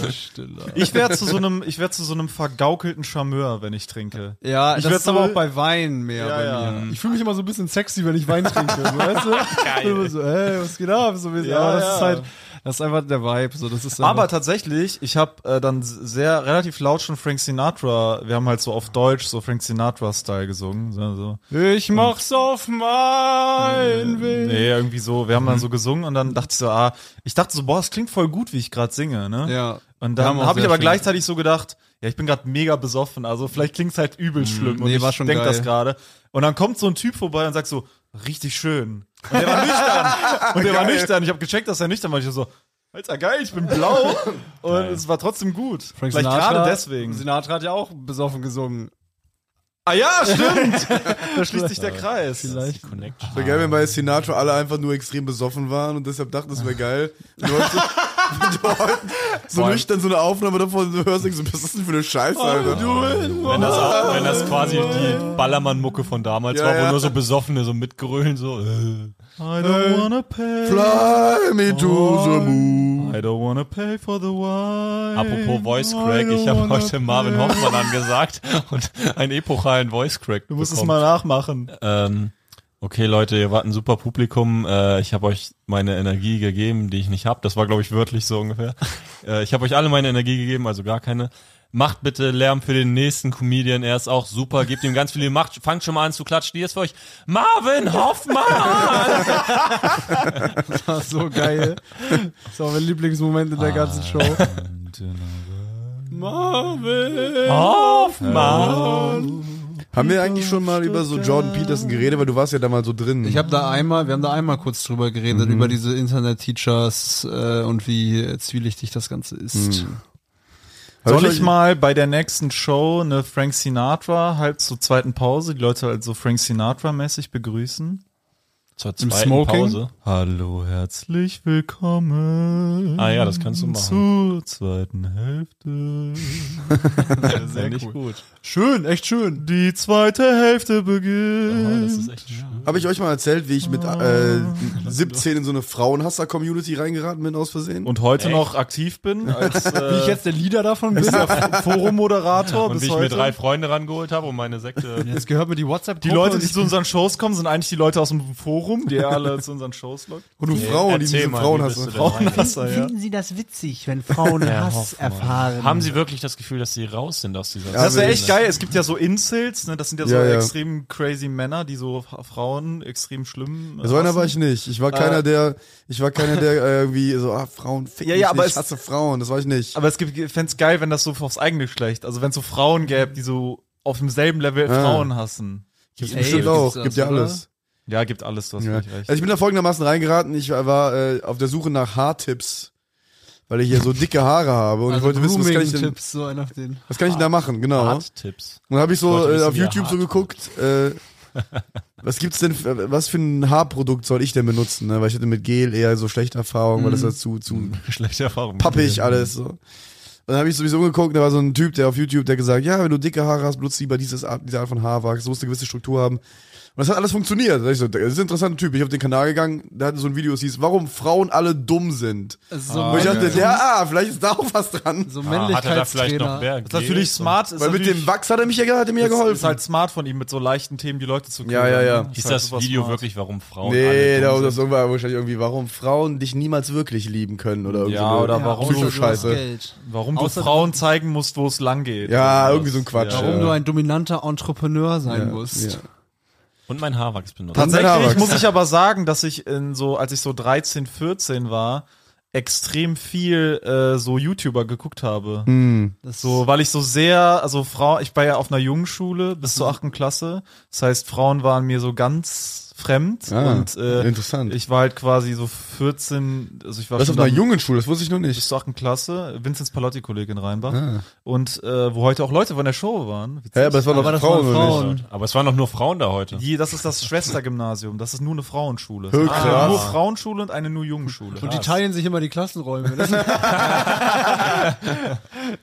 Ich werde zu so einem, ich werde zu so einem vergaukelten Charmeur, wenn ich trinke.
Ja,
Ich
das
werd
ist aber
so-
auch bei Wein mehr
Ja,
bei
ja.
mir. Ich fühle mich immer so ein bisschen sexy, wenn ich Wein trinke.
*laughs*
so, weißt du? Geil. Immer so, ey, was geht ab? So ein bisschen.
Ja,
aber das
ja.
ist halt, das ist einfach der Vibe. So, das ist
Aber
einfach-
tatsächlich, ich habe äh, dann sehr relativ laut schon Frank Sinatra. Wir haben halt so auf Deutsch so Frank Sinatra-Style gesungen. So, so.
ich mach's auf
Mhm.
mein Weg.
Nee, irgendwie so. Wir haben
Mhm.
dann so gesungen und dann dachte ich so, ah, ich dachte so, boah, es klingt voll gut, wie ich gerade singe, ne?
Ja.
Und
Wir haben
dann
auch
habe ich
sehr
aber
schön-
gleichzeitig so gedacht, ja, ich bin gerade mega besoffen, also vielleicht klingt's halt übel schlimm und
Mhm. nee,
ich
war schon
denk
geil.
das gerade. Und dann kommt so ein Typ vorbei und sagt so, richtig schön. Und der war
*laughs*
nüchtern. Und der war nüchtern. Ich habe gecheckt, dass er nüchtern war. Ich so, Alter, geil, ich
*laughs*
bin blau. Und es war trotzdem gut.
Frank
vielleicht
Sinatra-
gerade deswegen.
Sinatra hat ja auch besoffen gesungen.
Ah ja, stimmt. da schließt sich der Kreis.
Vielleicht.
So geil, wenn bei Sinatra alle einfach nur extrem besoffen waren und deshalb dachten, das wäre geil. Und du heute, und du heute so nüchtern so eine Aufnahme davon du hörst, denkst so, was ist das denn für eine Scheiße, Alter?
Wenn das, auch, wenn das quasi die Ballermann-Mucke von damals
Ja,
war, wo
ja.
nur so Besoffene so mitgrölen, so. Äh.
I don't wanna pay.
Fly me to the moon.
I don't wanna pay for the wine.
Apropos Voice Crack, ich habe heute Marvin Hoffmann angesagt und einen epochalen Voice Crack.
Du musst es mal nachmachen.
Ähm, okay, Leute, ihr wart ein super Publikum. Äh, ich habe euch meine Energie gegeben, die ich nicht habe. Das war, glaube ich, wörtlich so ungefähr. äh, ich habe euch alle meine Energie gegeben, also gar keine. Macht bitte Lärm für den nächsten Comedian. Er ist auch super. Gebt ihm ganz viel Macht. Fangt schon mal an zu klatschen. Hier ist für euch Marvin Hoffmann.
Das war so geil. Das war mein Lieblingsmoment in der ganzen Show. Marvin!
Hoffmann.
Haben wir eigentlich schon mal über so Jordan Peterson geredet, weil du warst ja da mal so drin.
Ich habe da einmal, wir haben da einmal kurz drüber geredet, über diese Internet-Teachers äh, und wie äh, zwielichtig das Ganze ist.
Hab
Soll
euch-
ich mal bei der nächsten Show eine Frank Sinatra halb zur zweiten Pause, die Leute halt so Frank Sinatra-mäßig begrüßen?
Zur
Im
zweiten
Smoking?
Pause.
Hallo, herzlich willkommen.
Ah ja, das kannst du machen.
Zur zweiten
*laughs*
Hälfte.
Sehr cool. gut.
Schön, echt schön.
Die zweite Hälfte
Oh,
beginnt.
das ist echt schön.
Habe ich euch mal erzählt, wie ich mit *laughs* äh, 17 in so eine Frauenhasser-Community reingeraten bin aus Versehen?
Und heute noch
*laughs*
aktiv bin als
Wie ich
äh,
jetzt der Leader davon bin?
Forum-Moderator
Und
bis
wie ich mir
heute.
drei Freunde rangeholt habe, um meine Sekte.
Jetzt gehört mir die WhatsApp-Gruppe.
die Leute,
und
die
ich-
zu unseren Shows kommen, sind eigentlich die Leute aus dem Forum, die *laughs* alle zu unseren Shows lockt.
Und du Frauen, die
Erzähl
diese
mal, wie
Frauenhasser.
bist du denn reingegangen?
Finden Sie das witzig, wenn
*laughs*
Frauen Hass erfahren?
Haben Sie wirklich das Gefühl, dass Sie raus sind aus dieser
Das wäre
Szene.
echt geil. Es gibt ja so Incels, ne? das sind ja so
Ja, ja.
extrem crazy Männer, die so F- Frauen extrem schlimm. äh,
So einer
hassen.
war ich nicht. Ich war keiner, der, ich war keiner, der äh, irgendwie so, ah, Frauen, fick
Ja,
mich
ja, aber
nicht,
es-
ich hasse Frauen, das war ich nicht.
Aber es fände es geil, wenn das so aufs eigene Geschlecht, also wenn es so Frauen gäbe, die so auf demselben Level
Ah.
Frauen hassen.
Gibt's
Ey,
bestimmt
gibt's
auch,
das,
gibt ja
oder?
alles.
Ja, gibt alles, du hast
Ja.
völlig
Also ich bin da folgendermaßen reingeraten, ich war äh, auf der Suche nach Haartipps, weil ich hier so dicke Haare habe und
Also
ich wollte wissen, was kann ich denn,
Grooming-Tipps, so einer auf den.
was kann ich denn da machen, genau.
Art-Tipps?
Und habe ich
Ich
so
wollte
äh,
wissen,
auf
wie er
YouTube so
hart
geguckt, äh, was gibt's denn, für- was für ein Haarprodukt soll ich denn benutzen, ne? weil ich hatte mit Gel eher so schlechte Erfahrungen, weil das
Mhm.
ja zu, zu
Schlechte Erfahrung.
pappig alles so. Und dann habe ich sowieso umgeguckt, da war so ein Typ, der auf YouTube, der gesagt, ja, wenn du dicke Haare hast, benutzt lieber dieses Art, diese Art von Haarwachs, du musst eine gewisse Struktur haben. Und das hat alles funktioniert. Da dachte ich so, das ist ein interessanter Typ. Ich auf den Kanal gegangen, da hatte so ein Video, es hieß, warum Frauen alle dumm sind.
Also So,
Und ich
Männ-
dachte, ja, ah, vielleicht ist da auch was dran.
so
Ah, hat er da vielleicht noch
Männlichkeitstrainer.
wer?
Das ist natürlich smart. Ist
Weil mit
natürlich-
dem Wachs hat er mich ja, hat er mir ja
ist-
geholfen.
Ist halt smart von ihm, mit so leichten Themen die Leute zu kriegen.
Ja, ja, ja.
Ne?
Ist
halt
das
super
Video
smart.
wirklich, warum Frauen
nee,
alle
da
dumm
das
sind?
war wahrscheinlich irgendwie, warum Frauen dich niemals wirklich lieben können oder irgendwie.
Ja, oder warum
Psycho Scheiße.
Geld.
Warum du
Außer-
Frauen zeigen musst, wo es lang geht.
Ja,
Oder
irgendwie
sowas.
so ein Quatsch.
Ja.
Warum
Ja.
du ein dominanter Entrepreneur sein
Ja,
musst.
ja.
Und mein Haarwachs benutzt.
Tatsächlich
Wachs.
muss ich aber sagen, dass ich in so, als ich so 13, 14 war, extrem viel äh, so YouTuber geguckt habe.
Hm.
Das
So, weil ich so sehr, also Frau, ich war ja auf einer Jungschule bis zur achten Klasse. Das heißt, Frauen waren mir so ganz fremd.
Ah,
und äh,
interessant.
ich war halt quasi so 14, also ich war
das ist
schon
auf einer
dann-
jungen Schule, das wusste ich noch nicht.
bis zur 8. Klasse, Vinzenz Palotti-Kollege in Rheinbach.
Ah.
Und äh, wo heute auch Leute von der Show waren. Witzig.
Ja, aber es waren doch
das
Frauen,
waren
oder nicht?
Frauen.
Aber es waren doch nur Frauen da heute.
Die, das ist das Schwestergymnasium. Das ist nur eine Frauenschule.
Hö,
Ah.
krass.
Nur Frauenschule und eine nur Jungenschule.
Und die teilen sich immer die Klassenräume. Das,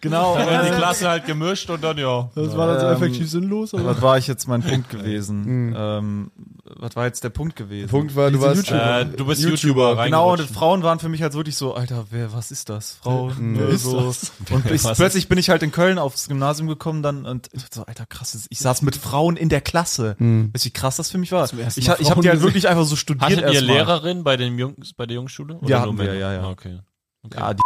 genau.
Dann werden die Klassen halt gemischt und dann ja.
das war dann so
Ähm,
effektiv sinnlos. Aber
Was war ich jetzt mein Punkt
*laughs*
gewesen? ähm, was war jetzt der Punkt gewesen?
Hm. Punkt war, du warst.
Äh, du bist YouTuber, YouTuber
Genau, und Frauen waren für mich halt so wirklich so, Alter, wer, was ist das?
*laughs*
Frauen,
Wer
ne,
ist
so. *laughs*
*laughs*
Und ich,
Was
plötzlich bin ich halt in Köln aufs Gymnasium gekommen dann und ich dachte so, Alter, krass, ich saß mit Frauen in der Klasse.
Hm.
Weißt du, wie krass das für mich war? Ich, ha- ich habe die halt wirklich einfach so studiert
Hattet ihr
erstmal.
Lehrerin bei, den Jungs, bei der Jungsschule?
Ja, hatten
nur
wir,
Männer?
ja, ja.
Ah, Okay. okay.
Ja, die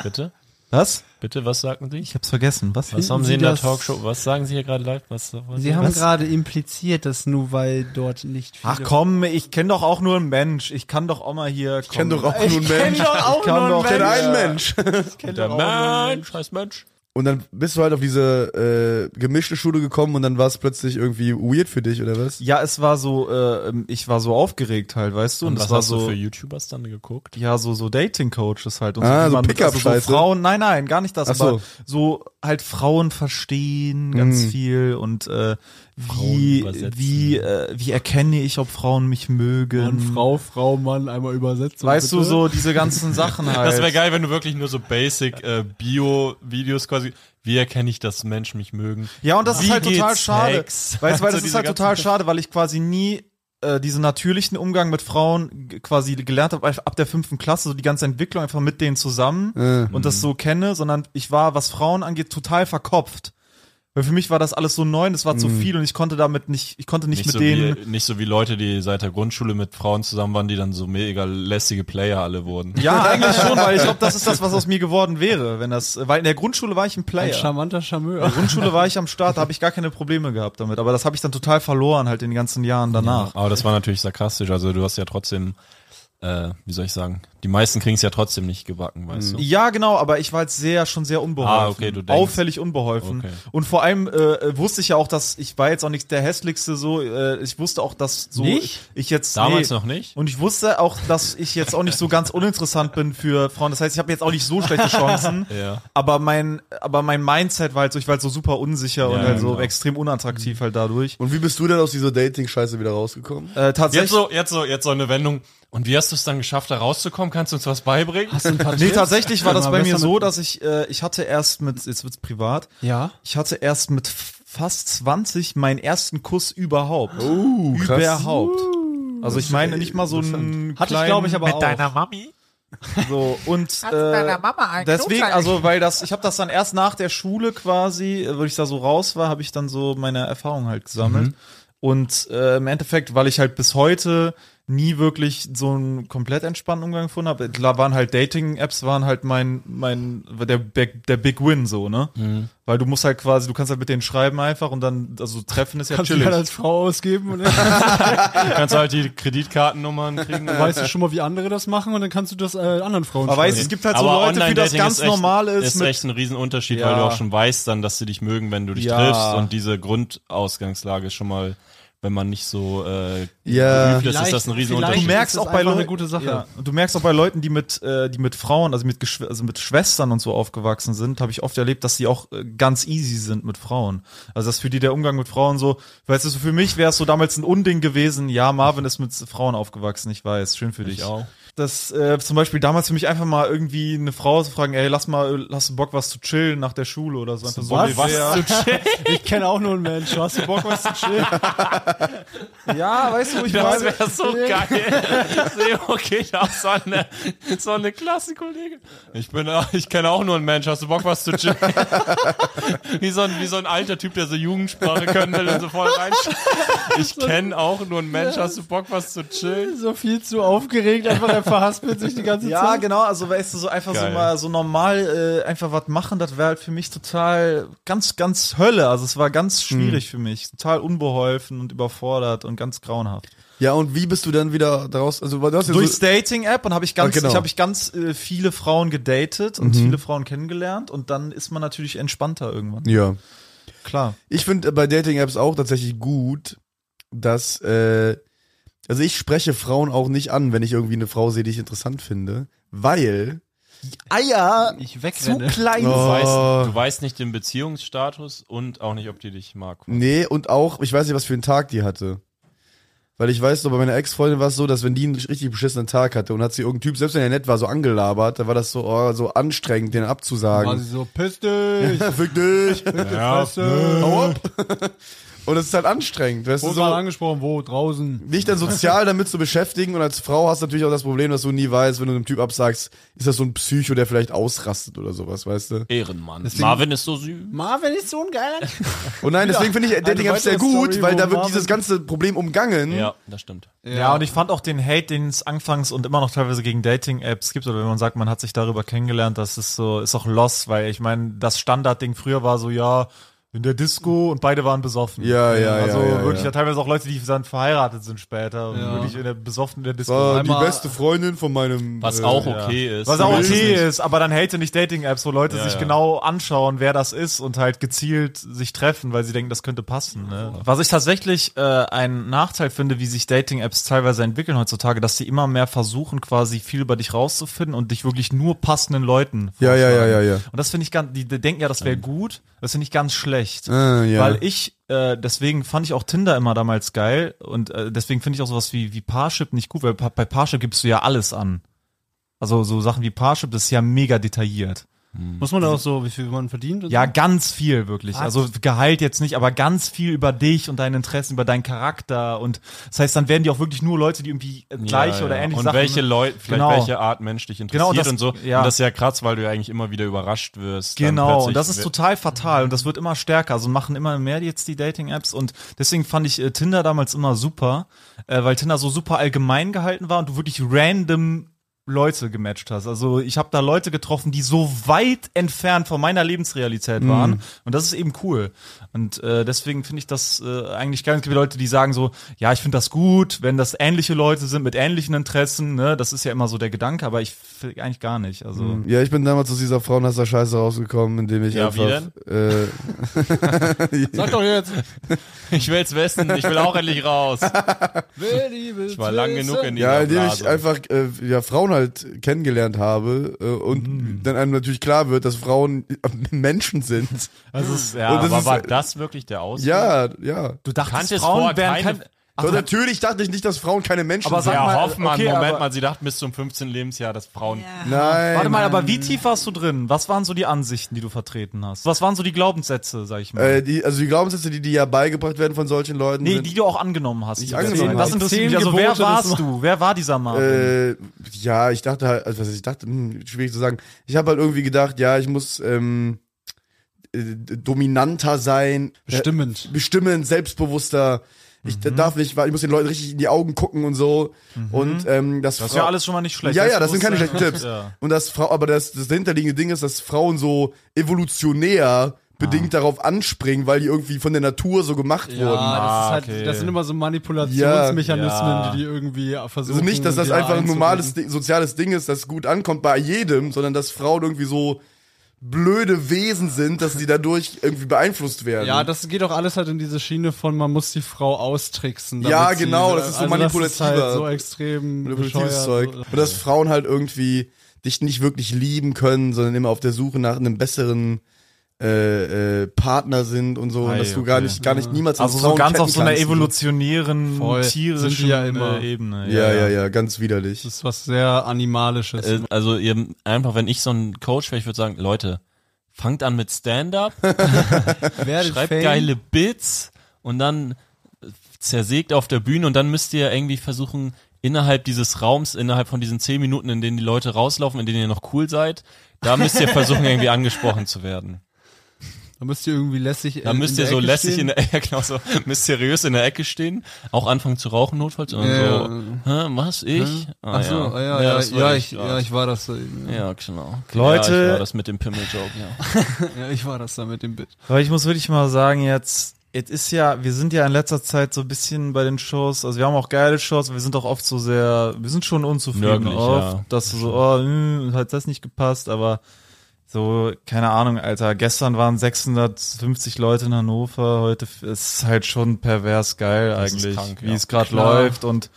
*laughs* bitte?
Was?
Bitte, was sagten Sie?
Ich hab's vergessen. Was?
Was haben Sie
Sie
in der
das-
Talkshow? Was sagen Sie hier gerade live? Was, was
Sie haben
Was?
gerade impliziert, dass nur weil dort nicht viele
Ach komm, ich kenne doch auch nur einen Mensch. Ich kann doch auch mal hier. Ich
kenn doch auch nur einen Mensch.
auch
nur einen
Ich kenn einen Mensch.
der Mensch, scheiß Mensch.
Und dann bist du halt auf diese äh, gemischte Schule gekommen und dann war es plötzlich irgendwie weird für dich, oder was?
Ja, es war so, äh, ich war so aufgeregt halt, weißt du?
Und
es
was
war
hast
so,
du für YouTubers dann geguckt?
Ja, so, so Dating-Coaches halt. Und
Ah,
wie
so
man mit-
Pickup-Scheiße.
so Frauen, nein, nein, gar nicht das,
Ach so.
aber so halt Frauen verstehen ganz
Mhm.
Mm.
viel und äh,
Frauen
wie,
übersetzen.
wie, äh, wie erkenne ich, ob Frauen mich mögen.
Mann, Frau, Frau, Mann, einmal übersetzt. und
Weißt du,
bitte.
so diese ganzen Sachen halt.
Das wäre geil, wenn du wirklich nur so basic äh, Bio-Videos quasi. Wie erkenne ich, dass Menschen mich mögen?
Ja, und das
Wie
ist halt total
geht's
schade.
Hex?
Weißt du, weil
So
das ist
diese
halt
ganzen-
total schade, weil ich quasi nie äh, diesen natürlichen Umgang mit Frauen g- quasi gelernt habe, ab der fünften Klasse, so die ganze Entwicklung einfach mit denen zusammen
Äh.
und das
Mhm.
so kenne, sondern ich war, was Frauen angeht, total verkopft. Weil für mich war das alles so neu und es war zu viel und ich konnte damit nicht, ich konnte nicht,
Mhm. Nicht,
mit
so
denen.
wie, nicht so wie Leute, die seit der Grundschule mit Frauen zusammen waren, die dann so mega lästige Player alle wurden.
Ja,
*laughs*
eigentlich schon, weil ich glaube, das ist das, was aus mir geworden wäre, wenn das, weil in der Grundschule war ich ein
Ein
Player.
charmanter Charmeur.
In der Grundschule war ich am Start, da habe ich gar keine Probleme gehabt damit, aber das habe ich dann total verloren halt in den ganzen Jahren danach.
Aber das war natürlich sarkastisch. Also du hast ja trotzdem, äh, wie soll ich sagen, die meisten kriegen es ja trotzdem nicht gebacken, weißt du?
Ja, genau, aber ich war jetzt sehr, schon sehr unbeholfen.
Mhm. Ah, okay, du denkst-
Auffällig unbeholfen.
Okay.
Und vor allem äh, wusste ich ja auch, dass ich war jetzt auch nicht der hässlichste so. Äh, ich wusste auch, dass so
Nicht?
ich jetzt.
Damals noch nicht?
Und ich wusste auch, dass ich jetzt auch nicht so ganz uninteressant bin für Frauen. Das heißt, ich habe jetzt auch nicht so schlechte Chancen.
*laughs* Ja.
Aber mein, aber mein Mindset war halt so, ich war halt so super unsicher und halt so
genau.
extrem unattraktiv halt dadurch.
Und wie bist du denn aus dieser Dating-Scheiße wieder rausgekommen?
Äh,
Jetzt
tatsächlich.
so, jetzt so, jetzt so eine Wendung. Und wie hast du es dann geschafft, da rauszukommen? Kannst du uns was beibringen?
Nee, tatsächlich war das
Mal
bei mir
besser
so, dass ich, äh, ich hatte erst mit, jetzt wird's privat,
Ja.
Ich hatte erst mit f- fast 20 meinen ersten Kuss überhaupt.
Uh, krass.
überhaupt. Also ich meine nicht mal so einen Hatte ich glaube ich aber auch.
Mami?
so und äh,
Mama ein
deswegen also weil das ich habe das dann erst nach der Schule quasi, äh, wo ich da so raus war, habe ich dann so meine Erfahrung halt gesammelt. Und äh, im Endeffekt, weil ich halt bis heute nie wirklich so einen komplett entspannten Umgang gefunden habe. Klar waren halt Dating-Apps, waren halt mein, mein, der, der, der Big Win so, ne? Weil du musst halt quasi, du kannst halt mit denen schreiben einfach und dann, also treffen ist ja
Kannst du halt
chillig.
als Frau ausgeben und
*laughs*
dann
Kannst du halt die Kreditkartennummern kriegen.
weißt du schon mal, wie andere das machen und dann kannst du das äh, anderen Frauen
Aber weißt, du,
schreiben.
es gibt halt so Leute, für die das
Online-Dating
ganz
ist echt,
normal ist.
Ist
mit,
echt ein Riesenunterschied,
Ja.
weil du auch schon weißt dann, dass sie dich mögen, wenn du dich
Ja.
triffst. Und diese Grundausgangslage ist schon mal, wenn man nicht so äh,
Ja.
geübt ist, ist das
Vielleicht-
ein
du
Riesenunterschied.
Vielleicht
merkst
ist das
auch bei
einfach eine
Leuten-
gute Sache.
Ja. Und du merkst auch bei Leuten, die mit, äh, die mit Frauen, also mit, Geschw also mit Schwestern und so aufgewachsen sind, habe ich oft erlebt, dass sie auch äh, ganz easy sind mit Frauen. Also dass für die der Umgang mit Frauen so, weißt du, so für mich wäre es so damals ein Unding gewesen. Ja, Marvin ist mit Frauen aufgewachsen, ich weiß, schön für dich.
auch.
Dass äh, zum Beispiel damals für mich einfach mal irgendwie eine Frau zu fragen, ey, lass mal, hast du Bock was zu chillen nach der Schule oder so. Einfach so
Was?
was?
Ich kenne auch nur einen Mensch. Hast du Bock, was zu chillen?
*laughs* Ja, weißt du, wo ich
Das
meine?
wäre so
*laughs*
geil. Sebo geht auf so eine, so eine Klassenkollegin. Ich bin, *laughs* ich kenne auch nur einen Mensch. Hast du Bock, was zu chillen? *laughs* Wie so ein, wie so ein alter Typ, der so Jugendsprache können will und so voll *laughs* rein. Ich kenne auch nur einen Mensch. Hast du Bock, was zu chillen?
So viel zu aufgeregt, einfach er verhaspelt sich die ganze
*laughs* Ja,
Zeit.
genau, also weißt du, so einfach
Geil.
so mal so normal äh, einfach was machen, das wäre halt für mich total ganz, ganz Hölle. Also es war ganz schwierig für mich. Total unbeholfen und überfordert und ganz grauenhaft.
Ja, und wie bist du dann wieder daraus? Also, du hast ja
Durchs
so,
Dating-App und habe ich ganz,
Ah, genau. Mhm.
ich habe ich ganz äh, viele Frauen gedatet und viele Frauen kennengelernt und dann ist man natürlich entspannter irgendwann.
Ja.
Klar.
äh, Ich finde bei Dating-Apps auch tatsächlich gut, dass, äh, also ich spreche Frauen auch nicht an, wenn ich irgendwie eine Frau sehe, die ich interessant finde, weil die Eier
Ich wegrenne.
klein
Du, weißt, du
sind.
weißt nicht den Beziehungsstatus und auch nicht, ob die dich mag.
Nee, und auch, ich weiß nicht, was für einen Tag die hatte. Weil ich weiß noch, bei meiner Ex-Freundin war es so, dass wenn die einen richtig beschissenen Tag hatte und hat sie irgendeinen Typ, selbst wenn er nett war, so angelabert, dann war das so, oh, so anstrengend, den
War
abzusagen.
sie
*laughs*
so, piss dich,
Fick dich!
Ja,
Hau ab! Und es ist halt anstrengend, weißt du,
wurde
so,
mal angesprochen, wo, draußen.
dich dann sozial damit zu beschäftigen und als Frau hast du natürlich auch das Problem, dass du nie weißt, wenn du einem Typ absagst, ist das so ein Psycho, der vielleicht ausrastet oder sowas, weißt du?
Ehrenmann. Marvin ist so süß.
Hm?
Marvin ist so ein geiler.
Und nein, deswegen finde ich Dating Apps sehr
weitere
gut,
Story,
weil
wo
da wird
Marvin-
dieses ganze Problem umgangen.
Ja, das stimmt.
Ja. und ich fand auch den Hate, den es anfangs und immer noch teilweise gegen Dating-Apps gibt, oder wenn man sagt, man hat sich darüber kennengelernt, das ist so, ist auch lost, weil ich meine, das Standardding früher war so, ja, in der Disco und beide waren besoffen.
Ja, ja,
Also
ja, ja,
wirklich
ja.
da teilweise auch Leute, die dann verheiratet sind später und wirklich in der besoffen in der Disco.
War
waren.
Oh, die beste Freundin von meinem.
Was
äh,
auch
ja.
okay ist.
Was auch
Du willst
okay
nicht.
ist, aber dann hate nicht Dating-Apps, wo Leute
Ja,
sich
ja.
genau anschauen, wer das ist und halt gezielt sich treffen, weil sie denken, das könnte passen. Ne? Was ich tatsächlich äh, einen Nachteil finde, wie sich Dating-Apps teilweise entwickeln heutzutage, dass sie immer mehr versuchen, quasi viel über dich rauszufinden und dich wirklich nur passenden Leuten
Ja, ja, ja,
vorschlagen.
ja, ja.
Und das finde ich ganz, die, die denken ja, das wäre gut, das finde ich ganz schlecht.
Ah, ja.
Weil ich, äh, deswegen fand ich auch Tinder immer damals geil und äh, deswegen finde ich auch sowas wie, wie Parship nicht gut, weil pa bei Parship gibst du ja alles an. Also so Sachen wie Parship, das ist ja mega detailliert.
Muss man da auch so, wie viel man verdient? und
Ja, ganz viel wirklich. Also Gehalt jetzt nicht, aber ganz viel über dich und deine Interessen, über deinen Charakter und das heißt, dann werden die auch wirklich nur Leute, die irgendwie äh, gleiche oder ähnliche
und
Sachen.
welche Leute, vielleicht
Genau.
welche Art Mensch dich interessiert
Genau, das-
und so.
ja.
Und das ist ja krass, weil du ja eigentlich immer wieder überrascht wirst. dann
Genau,
plötzlich
und das ist
wer-
total fatal und das wird immer stärker. Also machen immer mehr jetzt die Dating-Apps und deswegen fand ich äh, Tinder damals immer super, äh, weil Tinder so super allgemein gehalten war und du wirklich random Leute gematcht hast. Also ich habe da Leute getroffen, die so weit entfernt von meiner Lebensrealität
Mhm.
waren und das ist eben cool. Und äh, deswegen finde ich das äh, eigentlich geil. Es gibt Leute, die sagen so, ja, ich finde das gut, wenn das ähnliche Leute sind mit ähnlichen Interessen. Ne? Das ist ja immer so der Gedanke, aber ich finde eigentlich gar nicht. Also
Mhm.
Ja, ich bin damals aus dieser Frauenhasser-Scheiße rausgekommen, indem ich
Ja, wie
einfach. Äh,
Sag
*laughs*
doch jetzt,
Ich will's wissen, ich will auch endlich raus.
will die, will
Ich war lang genug in dieser
ja, indem ich
Blase.
einfach äh, ja, Frauen halt kennengelernt habe äh, und dann einem natürlich klar wird, dass Frauen *laughs* äh, Menschen sind.
das ist,
Ja,
ja,
das
aber
ist-
war das wirklich der Ausdruck?
Ja, ja.
Du dachtest,
Kanntest
Frauen
vorher
wären
keine-
kein...
Aber natürlich dachte ich nicht, dass Frauen keine Menschen
Aber
sind.
sag
Ja,
mal,
Hoffmann,
okay,
Moment
aber-
mal, sie dachten bis zum 15. Lebensjahr, dass Frauen.
Nein.
Warte mal, aber wie tief warst du drin? Was waren so die Ansichten, die du vertreten hast? Was waren so die Glaubenssätze, sag ich mal?
Äh, die, also die Glaubenssätze, die, die ja beigebracht werden von solchen Leuten.
nee,
sind,
die du auch angenommen hast.
ich
Die
angenommen
das
habe.
interessiert
Zehn
mich. Also wer
Gebote des
warst
Mannes.
du? Wer war dieser Mann?
Äh, ja, ich dachte halt, also was heißt, ich dachte, hm, schwierig zu sagen. Ich habe halt irgendwie gedacht, ja, ich muss ähm, äh, dominanter sein, äh,
Bestimmend.
bestimmend, selbstbewusster. Ich
Mhm.
darf nicht, weil ich muss den Leuten richtig in die Augen gucken und so. Und ähm, das,
das ist ja alles schon mal nicht schlecht.
Ja, ja, das sind keine schlechten
Selbstbewusstsein
Tipps.
und-
Und das Frau, aber das, das dahinterliegende Ding ist, dass Frauen so evolutionär bedingt
Ah.
darauf anspringen, weil die irgendwie von der Natur so gemacht wurden.
Ja, das, ist
okay.
halt, das sind immer so Manipulationsmechanismen,
Ja.
die die irgendwie versuchen.
Also nicht, dass das
dir
einfach ein
einzureden.
normales Ding, soziales Ding ist, das gut ankommt bei jedem, sondern dass Frauen irgendwie so blöde Wesen sind, dass sie dadurch irgendwie beeinflusst werden.
Ja, das geht auch alles halt in diese Schiene von, man muss die Frau austricksen. damit
Ja, genau,
sie,
das ist so
Das ist
manipulativer-
halt so extrem
manipulatives
bescheuert.
Zeug. Und dass Frauen halt irgendwie dich nicht wirklich lieben können, sondern immer auf der Suche nach einem besseren äh, äh, Partner sind und so, und
Ei,
dass du gar
okay.
nicht, gar nicht niemals
Also
an
so
Frauen
ganz auf
chatten
so einer
kannst.
evolutionären,
Voll. Sind
tierischen
die ja immer.
äh, Ebene.
Ja, ja, ja, ganz widerlich.
Das ist was sehr Animalisches.
Äh, Also ihr, einfach, wenn ich so ein Coach wäre, ich würde sagen, Leute, fangt an mit
*laughs*
Stand-up,
Werdet
schreibt
Fame.
geile Bits und dann äh, zersägt auf der Bühne und dann müsst ihr irgendwie versuchen, innerhalb dieses Raums, innerhalb von diesen zehn Minuten, in denen die Leute rauslaufen, in denen ihr noch cool seid, da müsst ihr versuchen, irgendwie angesprochen zu werden.
Da müsst ihr irgendwie lässig. äh,
Da müsst ihr so lässig in der Ecke, *laughs* genau so mysteriös in der Ecke stehen, auch anfangen zu rauchen notfalls und
Ja,
so, Hä, was, ich? Ah,
Ach so, ja, ja, ja,
das
ja,
war
ich, ja,
grad.
ich war das. äh,
Ja, genau.
Leute-
ja, ich war das mit dem Pimmel-Joke, ja.
Ja, *laughs* ich war das da mit dem Bit.
Aber ich muss wirklich mal sagen, jetzt, jetzt ist ja, wir sind ja in letzter Zeit so ein bisschen bei den Shows, also wir haben auch geile Shows, aber wir sind auch oft so sehr, wir sind schon unzufrieden
Nörgelig,
oft,
ja.
dass du so, oh, hm, hat das nicht gepasst, aber so
So, keine Ahnung, Alter. Gestern waren 650 Leute in Hannover, heute f- ist halt schon pervers geil
Das ist
eigentlich,
krank,
wie
ja.
es gerade
Klar.
läuft. Und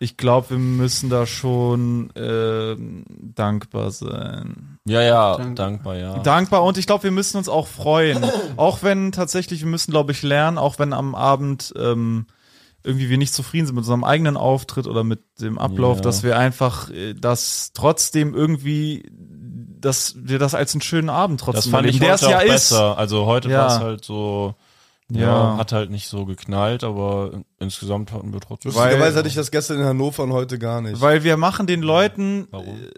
ich glaube, wir müssen da schon ähm, dankbar sein.
Ja, ja, dankbar, ja.
Dankbar und ich glaube, wir müssen uns
*clears throat*
auch freuen. auch wenn tatsächlich, wir müssen, glaube ich, lernen, auch wenn am Abend ähm, irgendwie wir nicht zufrieden sind mit unserem eigenen Auftritt oder mit dem Ablauf,
Ja.
dass wir einfach äh, das trotzdem irgendwie, dass wir das als einen schönen Abend
das
trotzdem
fand ich
erleben,
heute
der
auch
es ja ist.
besser. Also heute
Ja.
war es halt so, ja,
Ja.
hat halt nicht so geknallt, aber in- insgesamt hatten wir trotzdem.
Lustigerweise hatte ich das gestern in Hannover und heute gar nicht.
Weil wir machen den Leuten,
Warum?
äh,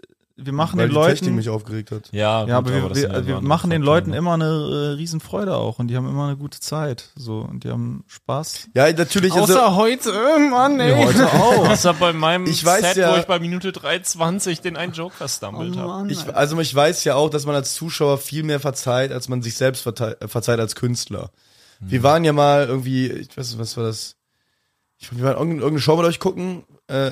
wir machen
weil
den
die Technik
Leuten,
mich aufgeregt hat.
ja,
äh, ja,
gut,
aber wir,
das sind
wir,
ja so
wir
andere
machen den
Faktoren. ne?
Leuten immer eine äh, Riesenfreude auch und die haben immer eine gute Zeit, so und die haben Spaß.
Ja, natürlich. also-
Außer heute, äh, Mann,
Ja,
*laughs*
ey.
heute auch.
Außer bei meinem
Ich weiß
Set,
ja-
wo ich bei Minute 3,20 den einen Joker
Oh
stammelt habe.
Ich, also ich weiß ja auch, dass man als Zuschauer viel mehr verzeiht, als man sich selbst vertei- äh, verzeiht als Künstler. Wir waren ja mal irgendwie, ich weiß nicht, was war das? Ich, wir waren irgendeine, irgendeine Show mit euch gucken, äh,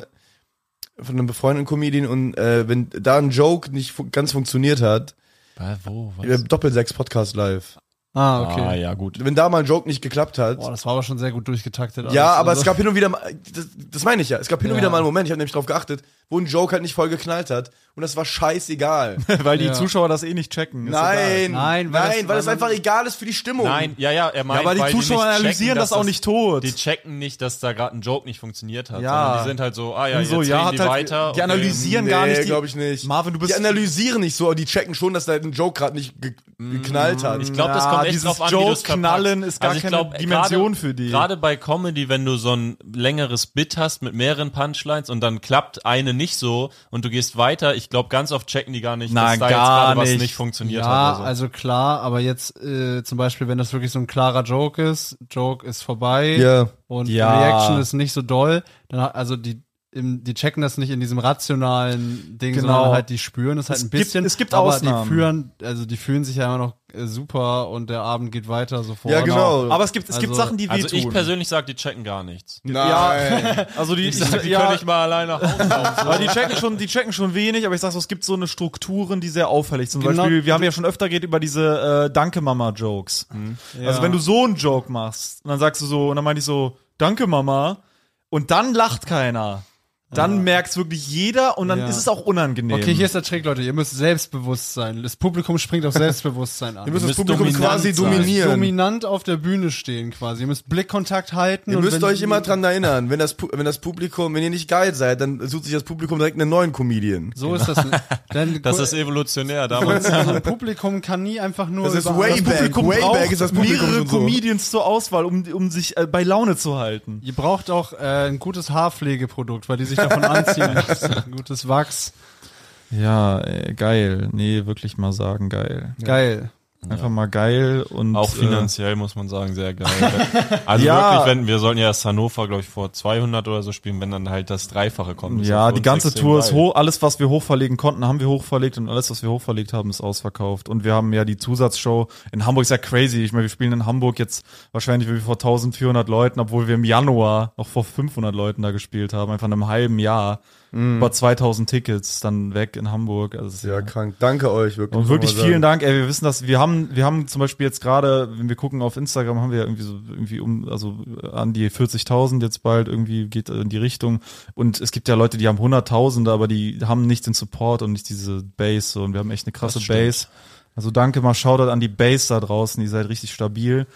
von einem befreundeten Comedian und äh, wenn da ein Joke nicht fu ganz funktioniert hat,
Bei wo? Was?
äh, Doppelsechs Podcast live.
Ah,
Ah,
okay.
ja, gut.
Wenn da mal ein Joke nicht geklappt hat,
Boah, das war aber schon sehr gut durchgetaktet. alles.
ja, aber
Also-
es gab hin und wieder mal, das, das meine ich ja, es gab hin und wieder mal einen Moment, ich habe nämlich drauf geachtet, wo ein Joke halt nicht voll geknallt hat und das war scheißegal.
Weil die
Ja.
Zuschauer das eh nicht checken. ist egal.
Nein,
Nein, weil das-
weil das einfach egal ist für die Stimmung.
Nein, ja, ja, er meint,
Ja, aber die
weil
Zuschauer
nicht checken,
analysieren
dass
das auch nicht tot.
Die checken nicht, dass da gerade ein Joke nicht funktioniert hat.
Ja.
Ja. Sondern die sind halt so, ah ja,
Und
jetzt
so,
reden
ja,
die
hat halt-
weiter.
die analysieren gar nicht. die-
glaube ich nicht.
Marvin, du bist
die analysieren nicht so, aber die checken schon, dass da ein Joke gerade nicht ge geknallt hat.
Ich glaube, das
Ja,
kommt echt
dieses
drauf an, wie
Joke
du's verpackst. Also
knallen ist gar
ich
keine
glaub,
Dimension
gerade-
für die.
Gerade bei Comedy, wenn du so ein längeres Bit hast mit mehreren Punchlines und dann klappt eine nicht so und du gehst weiter, ich glaube, ganz oft checken die gar nicht, dass
Nein,
da
gar
jetzt gerade was
nicht.
nicht funktioniert
Ja,
hat. Oder so.
also klar, aber jetzt äh, zum Beispiel, wenn das wirklich so ein klarer Joke ist, Joke ist vorbei
Ja.
und
Ja.
die Reaction ist nicht so doll, dann hat, also die im, die checken das nicht in diesem rationalen Ding,
Genau.
sondern halt die spüren es halt
Es
ein
gibt-
bisschen.
es gibt
aber
Ausnahmen.
Die führen, also die fühlen sich ja immer noch äh, super und der Abend geht weiter sofort.
Oh,
Ja, genau.
Aber es gibt es gibt
Also-
Sachen, die
also ich
wehtun.
persönlich sage, die checken gar nichts.
Nein.
also die,
Ich sag, die
ja,
kann ich mal alleine nach Hause laufen.
Aber die checken schon, die checken schon wenig, aber ich sag so, es gibt so eine Strukturen, die sehr auffällig sind. Zum
Genau.
Beispiel, wir haben ja schon öfter geredet über diese äh, Danke Mama Jokes.
Mhm.
Also wenn du so einen Joke machst, und dann sagst du so, und dann meine ich so, Danke Mama, und dann lacht keiner. Dann merkt's wirklich jeder und dann
Ja.
ist es auch unangenehm.
Okay, hier ist der Trick, Leute. Ihr müsst selbstbewusst sein. Das Publikum springt auf Selbstbewusstsein an.
Ihr müsst das
müsst
Publikum
dominant
quasi
sein.
dominieren.
dominant auf der Bühne stehen quasi. Ihr müsst Blickkontakt halten.
Ihr
und
müsst
wenn-
euch immer dran erinnern, wenn das, Pu- wenn das Publikum, wenn ihr nicht geil seid, dann sucht sich das Publikum direkt einen neuen Comedian.
So ist *laughs* das nicht. Denn
Das ist evolutionär
*laughs*
damals.
Also ein Publikum kann nie einfach nur.
Das ist
über-
way
das
back.
Publikum
Way
braucht,
back ist das Publikum
mehrere
schon so.
Comedians zur Auswahl, um, um sich äh, bei Laune zu halten.
Ihr braucht auch äh, ein gutes Haarpflegeprodukt, weil die sich davon
*laughs*
anziehen. lassen. Ein gutes Wachs.
Ja, äh, geil. Nee, wirklich mal sagen, geil.
Geil.
Einfach mal geil und
Auch finanziell muss man sagen, sehr geil. Also
Ja.
wirklich, wenn wir sollten ja erst Hannover, glaube ich, vor 200 oder so spielen, wenn dann halt das Dreifache kommt. Das ist
Ja,
für
die
uns
ganze
extrem
Tour ist
geil.
hoch. Alles, was wir hochverlegen konnten, haben wir hochverlegt und alles, was wir hochverlegt haben, ist ausverkauft. Und wir haben ja die Zusatzshow in Hamburg. Ist ja crazy. Ich meine, wir spielen in Hamburg jetzt wahrscheinlich wie vor 1400 Leuten, obwohl wir im Januar noch vor 500 Leuten da gespielt haben. Einfach in einem halben Jahr. Über 2000 Tickets dann weg in Hamburg. Also, es ist
Ja, krank. Danke euch, wirklich.
und wirklich
muss man
vielen
sagen.
Dank, ey, wir wissen das, wir haben, wir haben zum Beispiel jetzt gerade, wenn wir gucken auf Instagram, haben wir ja irgendwie so, irgendwie um, also an die 40.000 jetzt bald, irgendwie geht in die Richtung und es gibt ja Leute, die haben Hunderttausende, aber die haben nicht den Support und nicht diese Base so. und wir haben echt eine krasse Base. Also danke mal, Shoutout an die Base da draußen, die seid richtig stabil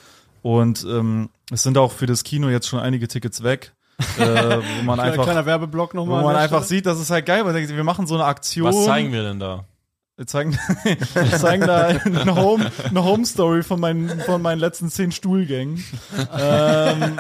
und ähm, es sind auch für das Kino jetzt schon einige Tickets weg, äh, wo
*laughs*
man
Ein
einfach,
kleiner Werbeblock
wo
nochmal.
man
an der
einfach
Stelle.
sieht, das ist halt geil, weil wir machen so eine Aktion.
Was zeigen wir denn da?
Wir zeigen, *laughs* wir zeigen da eine Home, eine Home Story von meinen, von meinen letzten zehn *laughs* Stuhlgängen. ähm,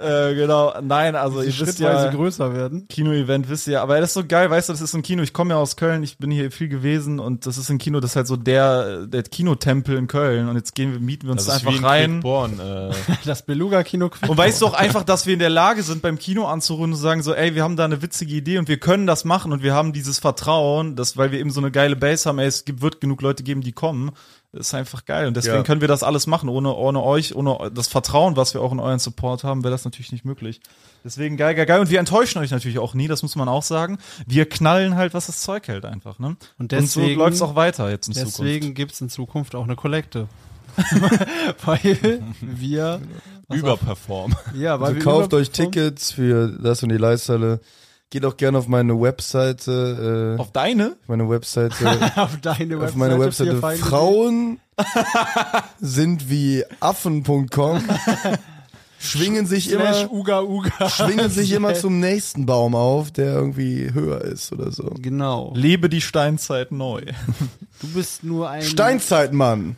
äh, genau, nein, also ihr wisst
schrittweise
ja,
größer werden.
Kino-Event wisst ihr, aber das ist so geil, weißt du, das ist ein Kino, ich komme ja aus Köln, ich bin hier viel gewesen und das ist ein Kino, das ist halt so der, der Kinotempel in Köln und jetzt gehen wir, mieten wir uns
Das
da
ist wie
einfach
in
rein.
Quickborn, äh,
*laughs* Das Beluga Kino
Und weißt du
*laughs*
auch einfach, dass wir in der Lage sind, beim Kino anzurufen und zu sagen so, ey, wir haben da eine witzige Idee und wir können das machen und wir haben dieses Vertrauen, dass, weil wir eben so eine geile Base haben, ey, es gibt, wird genug Leute geben, die kommen. Ist einfach geil. Und deswegen
Ja.
können wir das alles machen. Ohne, ohne euch, ohne eu- das Vertrauen, was wir auch in euren Support haben, wäre das natürlich nicht möglich. Deswegen geil, geil, geil. Und wir enttäuschen euch natürlich auch nie, das muss man auch sagen. Wir knallen halt, was das Zeug hält einfach. Ne?
Und
Und
deswegen-
so läuft es auch weiter jetzt in Zukunft.
Deswegen gibt es in Zukunft auch eine *laughs* Kollekte. weil wir,
Überperform.
ja, weil
Also
wir
kauft euch
überperformen.
Tickets für das und die Leisthalle. Geht auch gerne auf meine Webseite, äh,
Auf deine?
meine
*laughs*
Webseite,
auf deine Webseite.
auf meine Webseite
vier Feinde-
Frauen sind wie Affen.com. Schwingen sich
Slash
immer,
Uga Uga.
schwingen sich immer zum nächsten Baum auf, der irgendwie höher ist oder so.
Genau.
Lebe die Steinzeit neu.
Du bist nur ein
Steinzeitmann.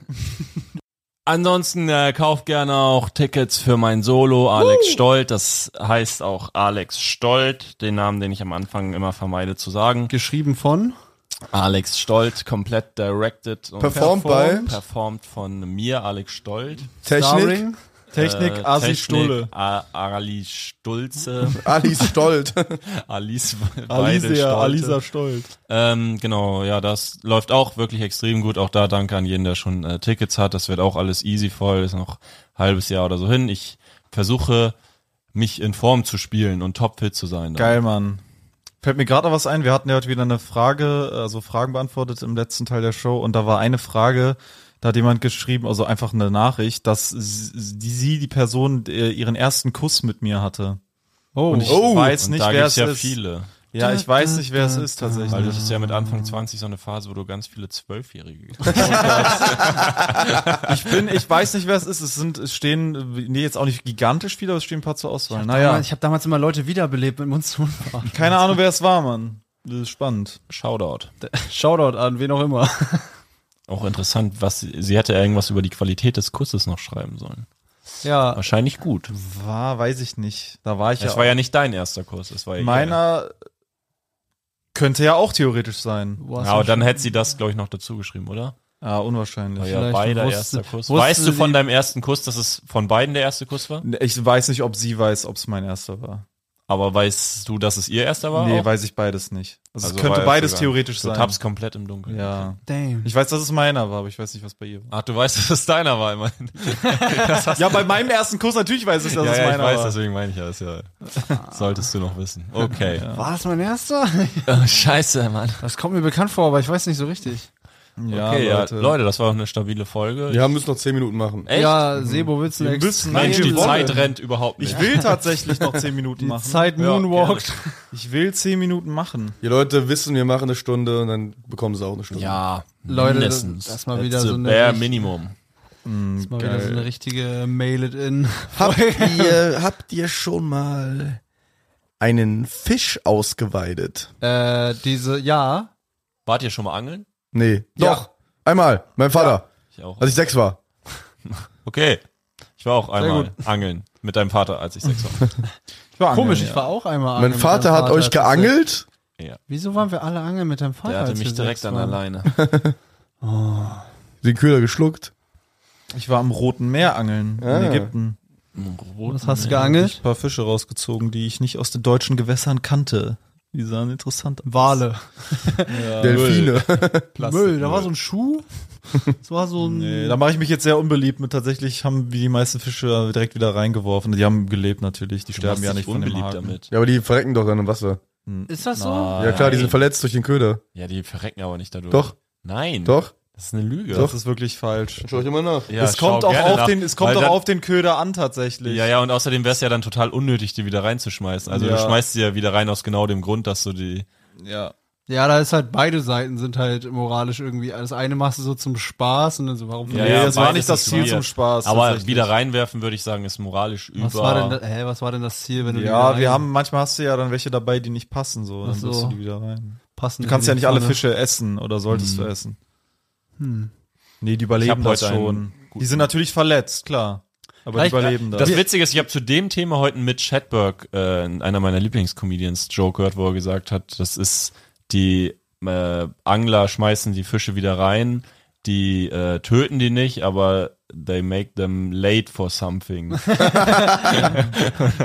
Ansonsten äh, kauft gerne auch Tickets für mein Solo Alex Stolt. Das heißt auch Alex Stolt, den Namen, den ich am Anfang immer vermeide zu sagen.
Geschrieben von
Alex Stolt, komplett directed und
Performt bei
performt von mir, Alex Stolt.
Technik
Starring.
Technik,
Äh,
Asi
Technik,
Stulle.
A- Ali
*laughs*
Stulze,
Alice Stolt.
Alice beide
Alisa,
Stolte.
Alisa Stolz.
Ähm, genau, ja, das läuft auch wirklich extrem gut. Auch da danke an jeden, der schon äh, Tickets hat. Das wird auch alles easy voll. Ist noch ein halbes Jahr oder so hin. Ich versuche, mich in Form zu spielen und topfit zu sein. dann.
Geil, Mann. Fällt mir gerade noch was ein. Wir hatten ja heute wieder eine Frage, also Fragen beantwortet im letzten Teil der Show und da war eine Frage, da hat jemand geschrieben, also einfach eine Nachricht, dass s- die, sie, die Person, äh, ihren ersten Kuss mit mir hatte.
Oh,
Und ich weiß
Und
nicht,
da
wer
gibt's
es
ja
ist.
viele.
Ja, ich weiß nicht, wer es ist
Weil
tatsächlich.
das ist ja mit Anfang 20 so eine Phase, wo du ganz viele Zwölfjährige
Ich bin, ich weiß nicht, wer es ist. Es sind, es stehen, äh, nee, jetzt auch nicht gigantisch viele, aber es stehen ein paar zur Auswahl. Naja,
Ich habe damals immer Leute wiederbelebt mit Monsun.
keine Ahnung, wer es war, Mann. Das ist spannend.
Shoutout.
*laughs* Shoutout an wen auch immer.
Auch interessant, was sie, sie hätte irgendwas über die Qualität des Kusses noch schreiben sollen.
Ja,
Wahrscheinlich gut.
War, weiß ich nicht. Da war ich
Es
ja.
war ja nicht dein erster Kuss, es war ja
Meiner könnte ja auch theoretisch sein.
Boah,
ihr.
ist
Ja, aber
schon
dann hätte sie das, glaube ich, noch dazu geschrieben, oder?
Ah, unwahrscheinlich.
War ja
Vielleicht
beider
wusste-
erster Kuss.
wusste
Weißt du von
sie-
deinem ersten Kuss, dass es von beiden der erste Kuss war?
Ich weiß nicht, ob sie weiß, ob es mein erster war.
Aber weißt du, dass es ihr erster war?
nee,
auch?
weiß ich beides nicht. Also,
Also
es könnte
war-
beides
sogar.
theoretisch
Du
sein.
tappst komplett im Dunkeln.
Ja.
Damn.
Ich weiß, dass es meiner war, aber ich weiß nicht, was bei ihr war.
Ach, du weißt, *laughs* dass es deiner war, immerhin.
Ja, bei meinem ersten Kurs natürlich weiß ich, dass
ja,
es
ja, ich
meiner
weiß,
war.
deswegen meine ich ja, das ist ja.
*laughs*
Solltest du noch wissen. Okay.
War das mein erster?
*laughs*
*laughs*
Oh, scheiße, Mann.
Das kommt mir bekannt vor, aber ich weiß nicht so richtig.
Ja,
Okay, ja, Leute. das war auch eine stabile Folge.
Wir haben müssen noch 10 Minuten machen.
Echt?
Ja,
Mhm.
Sebo, willst du eine
müssen-
extrem-
Mensch, die
Wolle.
Zeit rennt überhaupt nicht.
Ich will tatsächlich noch 10 Minuten machen.
Zeit moonwalked.
Ich will 10 Minuten machen.
Die Leute wissen, wir machen eine Stunde und dann bekommen sie auch eine Stunde.
Ja,
Leute,
mindestens.
das- das mal wieder
That's
so
the
eine
bare
richtig-
Minimum.
Mal wieder so eine richtige Mail it *laughs* in.
Habt ihr, habt ihr schon mal einen Fisch ausgeweidet?
Äh, diese, ja.
Wart ihr schon mal angeln?
Nee.
Ja.
Doch. Einmal. Mein Vater.
Ich auch.
Also-
Als ich sechs war.
Okay. Ich war auch einmal angeln mit deinem Vater, als ich
*laughs*
sechs war.
Ich war
Komisch,
angeln,
ich war auch einmal
Ah,
angeln
Mein
mit
Vater
deinem
hat euch
als wir-
geangelt?
Wieso waren wir alle angeln mit deinem Vater?
Der hatte
als wir
mich direkt
sechs
an der
waren?
Leine.
Den Köder geschluckt.
ja. Ich war am Roten Meer angeln
Ah.
in Ägypten.
Was hast du
Ich
geangelt?
ein paar Fische rausgezogen, die ich nicht aus den deutschen Gewässern kannte. Die sahen interessant aus.
Wale.
Delfine.
Müll, da war so
*laughs*
ein Schuh. Das war so ein.
Nee, da mache ich mich jetzt sehr unbeliebt mit. Tatsächlich haben wir die meisten Fische direkt wieder reingeworfen. Die haben gelebt natürlich. Die
Du
sterben
machst
ja
dich
nicht von dem
unbeliebt
Haken.
damit.
*laughs* Ja, aber die verrecken doch dann im Wasser.
ist das so?
Ah,
Ja klar, die sind verletzt durch den Köder.
Ja, die verrecken aber nicht dadurch.
Doch,
Nein.
doch.
Das ist eine Lüge.
Das ist wirklich falsch.
Schau ich immer nach.
Ja,
es kommt
schau
auch
gerne
auf
nach,
den, es kommt
weil
auch
dann-
auf den Köder an tatsächlich.
Ja, ja, und außerdem wäre es ja dann total unnötig, die wieder reinzuschmeißen. Also
Ja.
du schmeißt sie ja wieder rein aus genau dem Grund, dass du die.
ja.
Ja, da ist halt beide Seiten sind halt moralisch irgendwie. Das eine machst du so zum Spaß und dann so, warum?
Nee, das war
beides
nicht das
ist
Ziel
weird.
zum Spaß,
Aber
tatsächlich.
wieder reinwerfen, würde ich sagen, ist moralisch über.
Was war denn, da- hä, was war denn das Ziel, wenn du die
Ja,
wieder
wir haben, manchmal hast du ja dann welche dabei, die nicht passen, so. Dann
Ach so.
wirfst du die wieder rein.
reinpassen
Du kannst ja
in die
nicht alle
Pfanne? Hm.
Fische essen oder solltest du essen. Nee, die überleben
Hm. Ich hab
das
heute
schon.
einen
Die sind natürlich verletzt, klar. Aber die
Vielleicht-
überleben das.
Das Witzige ist, ich habe zu dem Thema heute einen Mitch Hedberg, äh, einer meiner Lieblingscomedians, Joke gehört, wo er gesagt hat, das ist, die äh, Angler schmeißen die Fische wieder rein, die äh, töten die nicht, aber they make them late for
*laughs*
something.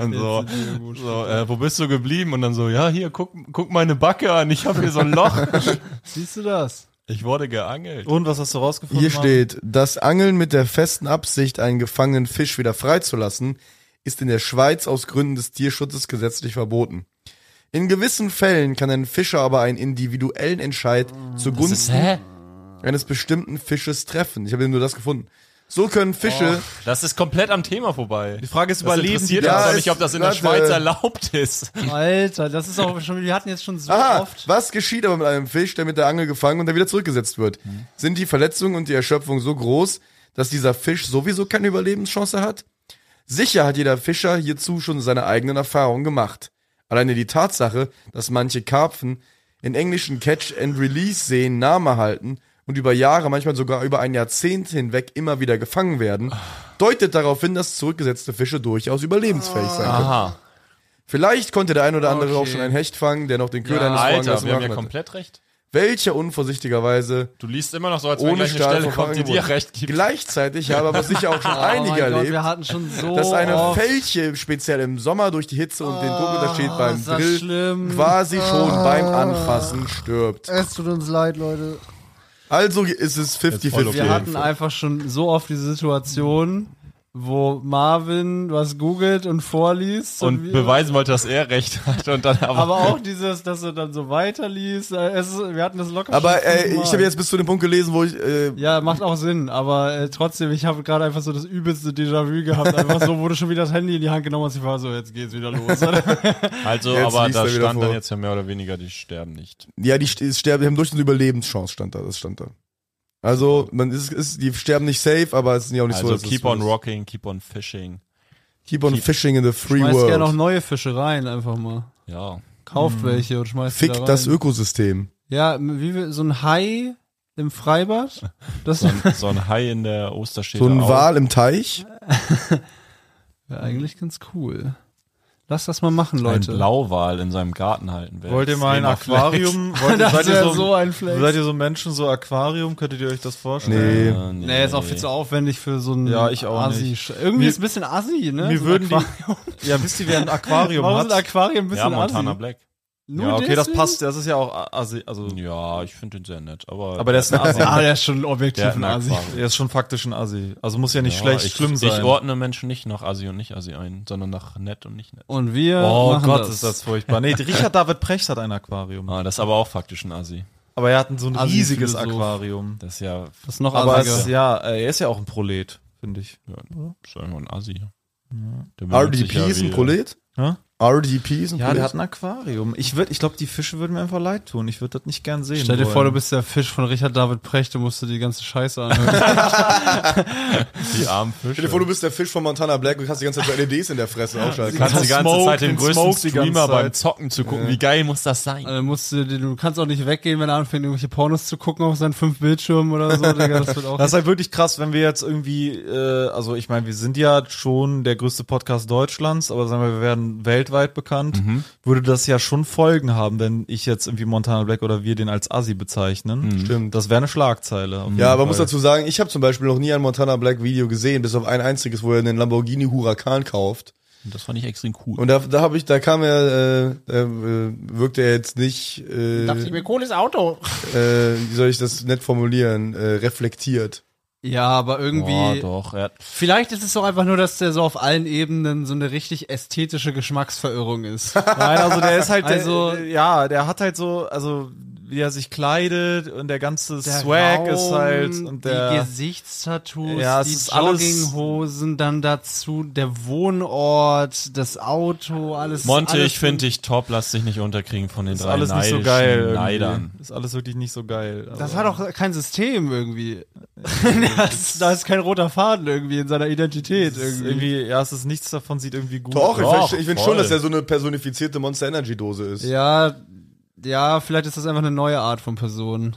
und so, so äh, wo bist du geblieben? Und dann so, ja, hier, guck, guck meine Backe an, ich habe hier so ein Loch.
*laughs* Siehst du das?
Ich wurde geangelt.
Und was hast du rausgefunden?
Hier
Mann?
steht, das Angeln mit der festen Absicht, einen gefangenen Fisch wieder freizulassen, ist in der Schweiz aus Gründen des Tierschutzes gesetzlich verboten. In gewissen Fällen kann ein Fischer aber einen individuellen Entscheid zugunsten
hä?
eines bestimmten Fisches treffen. Ich habe nur das gefunden. So können Fische,
Das ist komplett am Thema vorbei.
Die Frage ist,
Das
überleben die
interessiert
Ja,
uns doch
es-
nicht, ob das in der
warte.
Schweiz erlaubt ist.
Alter, das ist auch schon, wir hatten jetzt schon so
aha,
oft.
Ah, was geschieht aber mit einem Fisch, der mit der Angel gefangen und dann wieder zurückgesetzt wird?
Mhm.
Sind die Verletzungen und die Erschöpfung so groß, dass dieser Fisch sowieso keine Überlebenschance hat? Sicher hat jeder Fischer hierzu schon seine eigenen Erfahrungen gemacht. Alleine die Tatsache, dass manche Karpfen in englischen Catch-and-Release-Seen Namen erhalten und über Jahre, manchmal sogar über ein Jahrzehnt hinweg immer wieder gefangen werden,
Ah.
deutet darauf hin, dass zurückgesetzte Fische durchaus überlebensfähig sein können.
Aha.
Vielleicht konnte der ein oder andere auch schon einen Hecht fangen, der noch den Köder eines
Alter,
Vorgängers
wir haben ja
gemacht hat.
komplett recht.
Welcher unvorsichtigerweise
Du liest immer noch so, als wenn
ohne
gleich eine
Stahl
Stelle
vom
kommt, die
Haken
dir
wurde.
recht gibt. Oh
Gleichzeitig habe aber sicher
*laughs*
auch schon einige
Oh mein Gott,
erlebt,
wir hatten schon so
dass eine
oft.
Felche speziell im Sommer durch die Hitze und den
Oh,
Druckunterschied beim
ist das
Grill
schlimm.
quasi schon beim Anfassen stirbt.
Es tut uns leid, Leute.
Also ist es 50-50.
okay.
Wir hatten
Info.
einfach schon so oft die Situation, wo Marvin was googelt und vorliest.
Und
wir-
beweisen wollte, dass er recht hat. Und dann aber,
aber auch dieses, dass er dann so weiterliest. äh, Es, ist- wir hatten das locker
aber
schon
äh,
fünfmal.
ich habe jetzt bis zu dem Punkt gelesen, wo ich äh,
Ja, macht auch Sinn, aber äh, trotzdem, ich habe gerade einfach so das übelste Déjà-vu gehabt. Einfach so wurde schon wieder das Handy in die Hand genommen und ich war so, jetzt geht's wieder
*laughs*
los.
also,
Jetzt
aber
liest
da
er wieder
stand dann
vor.
jetzt ja mehr oder weniger, die sterben nicht.
Ja, die st- sterben, die haben durch eine Überlebenschance, stand da, das stand da. Also, man ist, ist, die sterben nicht safe, aber es sind ja auch nicht so.
Also
dass es
keep
so
on
ist.
rocking, keep on fishing.
Keep on fishing in the free
Schmeißt gerne auch
world.
neue Fische rein, einfach mal.
Ja.
Mhm.
Kauft welche und schmeißt die
Fick
da rein.
das Ökosystem.
Ja, wie wir- so ein Hai im Freibad. Das
So ein, so ein Hai in der Osterschäde.
So ein
auch.
Wal im Teich.
wäre eigentlich ganz cool. Lass das mal machen,
Ein
Leute. *laughs*
Blauwal in seinem Garten halten. Wer
Wollt ihr mal ein
extremer
*laughs*
Aquarium? Wollt ihr, seid, ihr so,
wär ein Flex.
seid ihr so Menschen, so Aquarium? Könntet ihr euch das vorstellen?
Flex-
Nee.
Äh, nee.
Nee, ist auch viel zu aufwendig für so ein
Ja, ich auch
Assi.
nicht.
Irgendwie
Mir-
ist ein bisschen Assi, ne?
Mir
so ein
würden
Aquarium.
die. Ja, wisst ihr, wer ein Aquarium
Warum
hat?
sind Aquarien ein bisschen
Ja, Montana
Assi?
Black.
Nur
Ja, okay, das
deswegen?
passt. Das ist ja auch Asi. Also,
Ja, ich finde den sehr nett. Aber,
aber Ah, der ist ein Asi.
Ja, der ist schon objektiv
der hat
ein
ein
Assi.
Aquarium.
Der ist schon faktisch ein Assi. Also muss ja nicht
Ja,
schlecht,
ich,
schlimm sein.
Ich ordne Menschen nicht nach Assi und nicht Assi ein, sondern nach nett und nicht nett.
Und wir
oh
machen
Gott,
das.
ist das furchtbar. *laughs* Nee, Richard David Precht hat ein Aquarium.
Ah, das ist aber auch faktisch ein Assi.
Aber er hat ein, so ein
Assi,
riesiges
Philosoph.
Aquarium.
Das ist ja,
Das ist noch
Aber
Assiger.
es, ja, äh, er ist ja auch ein Prolet, finde ich.
ja ist einfach ein Assi. Der benutzt sich
RDP
ja
ist ein
wie- äh,
Prolet.
Hä?
RDP ist ein
Ja, der hat
Prolet.
ein Aquarium. Ich, würd- ich glaube, die Fische würden mir einfach leid tun. Ich würde das nicht gern sehen.
Stell dir
wollen.
vor, du bist der Fisch von Richard David Precht, du musst dir die ganze Scheiße *laughs* anhören.
Die armen Fische.
Stell dir vor, du bist der Fisch von Montana Black und hast die ganze Zeit so LEDs in der Fresse aufschalten.
kannst die ganze
Smoke,
Zeit den
den
größten
Smoke die ganze
Streamer beim
Zeit.
Zocken zu gucken. Wie geil muss das sein?
Also musst du, dir- du kannst auch nicht weggehen, wenn er anfängt, irgendwelche Pornos zu gucken auf seinen fünf Bildschirmen oder so. Digga, das wird auch
Das ist halt wirklich krass, wenn wir jetzt irgendwie, äh, also ich meine, wir sind ja schon der größte Podcast Deutschlands, aber sagen wir, wir werden weltweit bekannt, würde das ja schon Folgen haben, wenn ich jetzt irgendwie Montana Black oder wir den als Assi bezeichnen.
Stimmt.
Das wäre eine Schlagzeile. auf jeden
Ja, aber
Fall.
man muss dazu sagen, ich habe zum Beispiel noch nie ein Montana Black Video gesehen, bis auf ein einziges, wo er einen Lamborghini Huracan kauft.
Das fand ich extrem cool.
Und da, da habe ich, da kam er, äh, da, äh, wirkte er jetzt nicht, äh,
mir, cooles Auto.
äh, wie soll ich das nett formulieren, äh, reflektiert.
Ja, aber
Boah,
irgendwie.
Ah, doch. Er hat,
vielleicht ist es doch einfach nur, dass der so auf allen Ebenen so eine richtig ästhetische Geschmacksverirrung ist.
*laughs* Nein, also der ist halt,
Also-
der, ja, der hat halt so, also wie er sich kleidet und der ganze Swag ist halt
Raum,
und der
die Gesichtstattoos,
Ja, es
die
ist alles-
Jogginghosen, dann dazu der Wohnort, das Auto, alles.
Monte,
alles
ich finde dich top, lass dich nicht unterkriegen von den
ist
drei
alles nicht so
neidischen
geil. irgendwie.
Neidern.
Ist alles wirklich nicht so geil.
Das
aber-
hat auch kein System irgendwie. Äh, *laughs* das, da ist kein roter Faden irgendwie in seiner Identität
Es ist
irgendwie.
irgendwie, ja, es ist nichts davon sieht irgendwie gut
Doch, ich
Doch,
verste- ich finde schon,
voll.
dass er so eine personifizierte Monster Energy Dose ist.
Ja, ja, vielleicht ist das einfach eine neue Art von Person.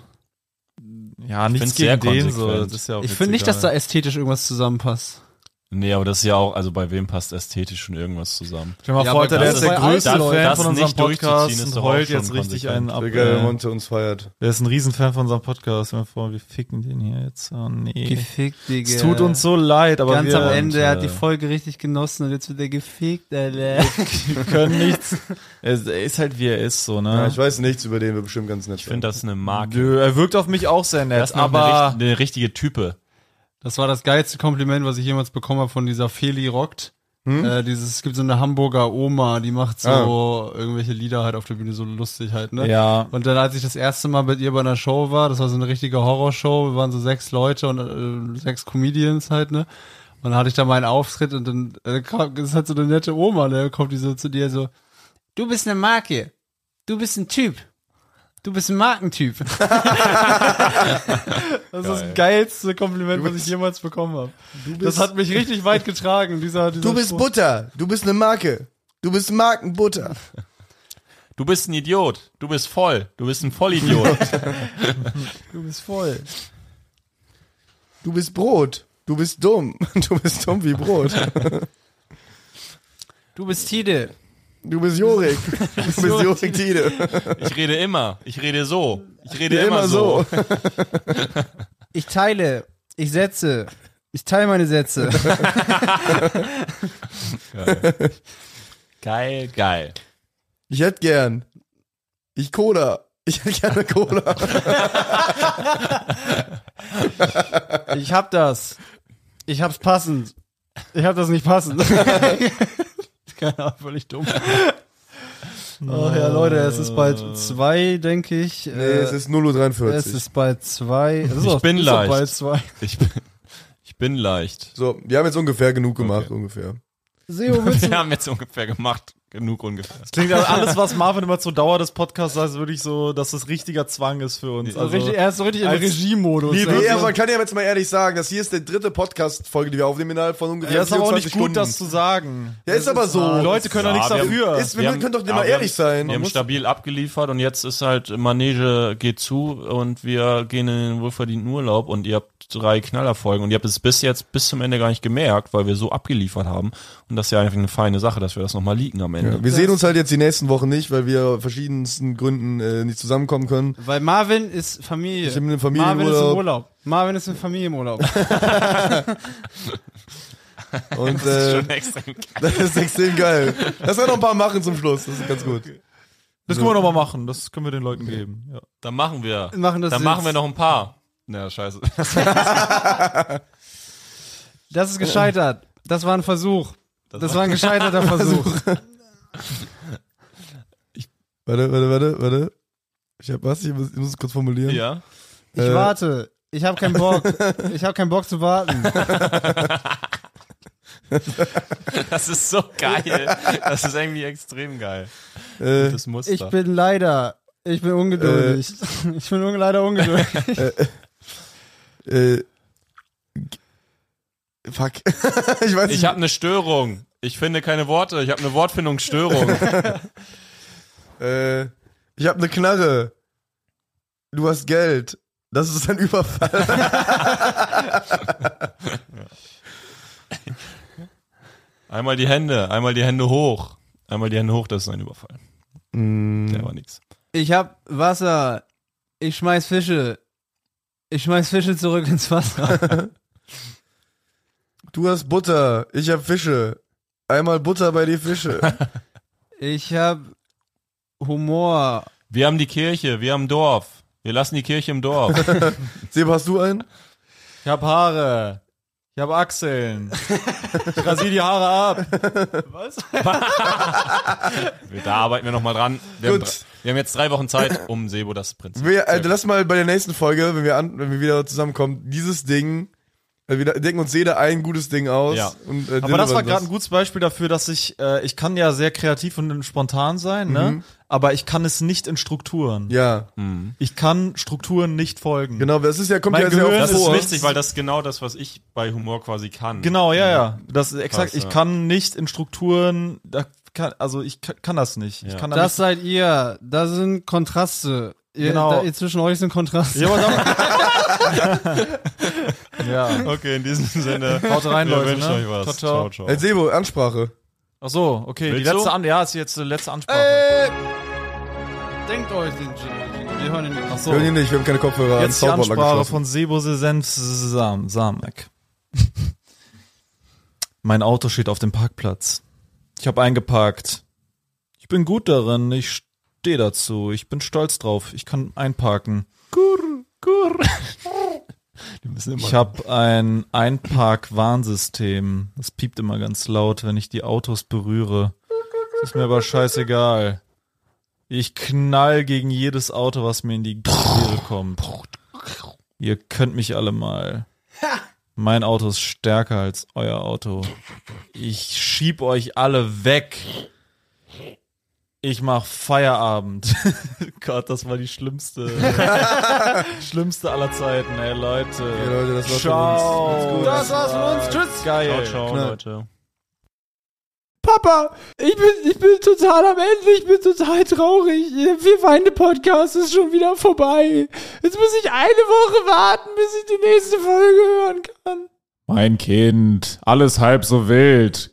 Ja, nichts
find's sehr
gegen den
konsequent.
so. Das ist ja auch
ich finde nicht,
jetzt
dass da
egal.
ästhetisch irgendwas zusammenpasst.
Nee, aber das ist ja auch, also bei wem passt ästhetisch schon irgendwas zusammen?
Stell dir mal
Ja,
vor,
aber
der
das
ist
ist
der
bei
größte
allen Leuten.
Fan
Das
von unserem
nicht durchzuziehen,
Podcast
ist
und
doch auch
heult
schon
jetzt richtig einen
konsequent.
ab.
Digga,
ey.
Monte uns feiert.
Der ist ein Riesenfan von unserem Podcast. Hör mal vor, wir ficken den hier jetzt. Oh nee.
Gefickt, Digga.
Es tut uns so leid, aber
Ganz
wir
am Ende, er hat die
äh,
Folge richtig genossen und jetzt wird er gefickt, Alter.
können nichts. Er ist- er ist halt wie er ist, so,
Ja,
ne?
ich weiß nichts, über den wir bestimmt ganz nett
Ich finde das eine Marke.
Nö, er wirkt auf mich auch sehr nett,
Das ist
aber.
aber eine, eine richtige Type.
Das war das geilste Kompliment, was ich jemals bekommen habe von dieser Feli Rockt. Äh, dieses, es gibt so eine Hamburger Oma, die macht so irgendwelche Lieder halt auf der Bühne so lustig halt, ne?
Ja.
Und dann, als ich das erste Mal mit ihr bei einer Show war, das war so eine richtige Horrorshow, wir waren so sechs Leute und äh, sechs Comedians halt, ne? Und dann hatte ich da meinen Auftritt und dann äh, kam, das ist halt so eine nette Oma, ne? Kommt die so zu dir so,
Du bist eine Marke. Du bist ein Typ. Du bist ein
*laughs*
Markentyp.
das ist das geilste Kompliment, was ich jemals bekommen habe. Das hat mich richtig weit getragen, dieser, dieser
Du bist
Spruch.
Butter. Du bist eine Marke. Du bist Markenbutter.
Du bist ein Idiot. Du bist voll. Du bist ein Vollidiot.
Du bist voll.
Du bist Brot. Du bist dumm. *laughs* Du bist dumm wie Brot.
Du bist Tide.
Du bist Jorik. Du bist Jorik Tide.
ich rede immer. Ich rede so. Ich rede
Ja,
immer, so.
Ich teile. Ich setze. Ich teile meine
*laughs*
Sätze.
Geil, geil.
Ich hätte gern. Ich Cola. Ich hätte gerne Cola.
Ich hab das. Ich hab's passend. Ich hab das nicht
*laughs*
passend. Keine Ahnung, völlig dumm. Ach Oh, ja, Leute, es ist bald zwei, denke ich.
*laughs*
Äh,
Nee, es ist 0.43 Uhr.
es ist bald zwei. Es ist
Ich bin
ist doch
leicht.
Bald zwei.
Ich bin, ich bin leicht.
so, wir haben jetzt ungefähr genug gemacht,
Okay.
ungefähr.
Seo, willst
Wir haben jetzt ungefähr gemacht. Genug ungefähr.
Klingt aber alles,
*laughs*
was Marvin immer zur Dauer des Podcasts sagt, ist wirklich so, dass es richtiger Zwang ist für uns.
du
Also,
richtig, er ist so richtig im
als-
Regiemodus.
Nee,
ne?
Nee, aber man kann ja jetzt mal ehrlich sagen, das hier ist der dritte Podcast-Folge, die wir aufnehmen innerhalb von ungefähr
ja, ist aber auch
24
nicht gut,
Stunden.
das zu sagen.
ja, ist aber so.
Die Leute können doch nichts
wir haben-
dafür.
Ist, wir,
haben-
können doch
aber
immer
wir
ehrlich
haben,
sein.
Wir haben stabil abgeliefert und jetzt ist halt Manege geht zu und wir gehen in den wohlverdienten Urlaub und ihr habt drei Knallerfolgen und ihr habt es bis jetzt bis zum Ende gar nicht gemerkt, weil wir so abgeliefert haben und das ist ja einfach eine feine Sache, dass wir das nochmal liegen am Ende.
Ja, wir sehen uns halt jetzt die nächsten Wochen nicht, weil wir aus verschiedensten Gründen äh, nicht zusammenkommen können.
Weil Marvin ist Familie.
Ich bin
Marvin
in
ist im
Familienurlaub
Urlaub.
Marvin ist eine Familie im
*laughs*
Urlaub.
und äh,
extrem
*laughs* das ist extrem geil. Das werden noch ein paar machen zum Schluss. Das ist ganz gut.
Das können wir nochmal machen. Das können wir den Leuten geben. Ja.
Dann machen wir.
Machen das
Dann
jetzt.
machen wir noch ein paar. Na, scheiße.
Das ist gescheitert. Das war ein Versuch. Das, war ein
*laughs*
gescheiterter Versuch.
Warte, warte, warte, warte. Ich hab was, ich muss, ich muss es kurz formulieren.
Ja.
Ich
Äh.
warte. Ich habe keinen
*laughs*
Bock. Ich habe keinen Bock zu warten.
Das ist so geil. Das ist irgendwie extrem geil.
Äh,
Das Muster.
Ich bin leider. Ich bin ungeduldig. *laughs* Ich bin un leider ungeduldig.
äh, g- fuck. *laughs* ich weiß
Ich habe eine Störung. Ich finde keine Worte. Ich habe eine Wortfindungsstörung.
Äh, ich hab eine Knarre. Du hast Geld. Das ist ein Überfall.
Einmal die Hände, einmal die Hände hoch. Einmal die Hände hoch, das ist ein Überfall. Der war nix.
*laughs* Ich hab Wasser. Ich schmeiß Fische. Ich schmeiß Fische zurück ins Wasser.
Du hast Butter. Ich hab Fische. Einmal Butter bei die
*laughs*
Fische.
Ich hab Humor.
Wir haben die Kirche, wir haben Dorf. Wir lassen die Kirche im Dorf.
Seb, hast du einen?
Ich hab Haare. Ich hab Achseln. ich rasier die Haare ab.
Wir, da arbeiten wir nochmal dran. Wir haben,
Gut.
dr- wir haben jetzt drei Wochen Zeit, um Sebo das Prinzip.
Wir, Alter, lass mal bei der nächsten Folge, wenn wir, an, wenn wir wieder zusammenkommen, dieses Ding. Also wir denken uns jeder ein gutes Ding aus.
Ja.
Und, äh,
Aber das war
delivern
gerade ein gutes Beispiel dafür, dass ich, äh, ich kann ja sehr kreativ und spontan sein,
Mhm.
ne? Aber ich kann es nicht in Strukturen.
Ja,
Ich kann Strukturen nicht folgen.
genau. Das ist ja, kommt
Hm. Mein
ja sehr
Gehirn
Das
oft
ist
vor.
wichtig, weil das ist genau das, was ich bei Humor quasi kann.
Genau, ja, ja. Das ist exakt.
Krass,
ich
ja.
kann nicht in Strukturen, da kann, also ich kann, kann das nicht. Ich
Ja.
kann da
Das seid ihr. Da sind Kontraste. Ihr,
Genau. *laughs*
da, ihr zwischen euch sind Kontraste.
*laughs*
nicht- Ja, aber sag mal-
Ja.
Okay, in diesem Sinne.
Haut rein,
wir
Leute,
wünschen
ne?
euch was. Ciao,
Ciao,
ciao.
Hey, Äh, Sebo, Ansprache.
Ach so, okay.
Willst
die letzte
du?
An ja, ist jetzt die letzte Ansprache.
Denkt euch den Jingle. Wir hören ihn nicht.
Hören ihr nicht, wir haben keine Kopfhörer.
Jetzt die
Soundboard lang
Ansprache
geschlossen.
von Sebo Senf Sam Samek. mein Auto steht auf dem Parkplatz. Ich habe eingeparkt. Ich bin gut darin, ich stehe dazu, ich bin stolz drauf, ich kann einparken. *laughs* Ich habe ein Einpark-Warnsystem. Das piept immer ganz laut, wenn ich die Autos berühre. Das ist mir aber scheißegal. Ich knall gegen jedes Auto, was mir in die Quere kommt. Ihr könnt mich alle mal. Mein Auto ist stärker als euer Auto. Ich schieb euch alle weg. Ich mach Feierabend. *laughs* Gott, das war die
*laughs*
schlimmste. schlimmste aller Zeiten, ey, Leute.
Ja, Leute, das war's von
Ciao.
uns. Das
war's von uns. Tschüss. Geil.
Ciao, ciao,
Knall.
Leute.
Papa, ich bin, ich bin total am Ende, ich bin total traurig. Wir weine Podcast ist schon wieder vorbei. Jetzt muss ich eine Woche warten, bis ich die nächste Folge hören kann.
Mein Kind, alles halb so wild.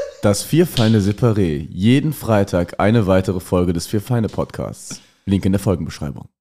Das Vierfeine Separé. Jeden Freitag eine weitere Folge des Vierfeine Podcasts. Link in der Folgenbeschreibung.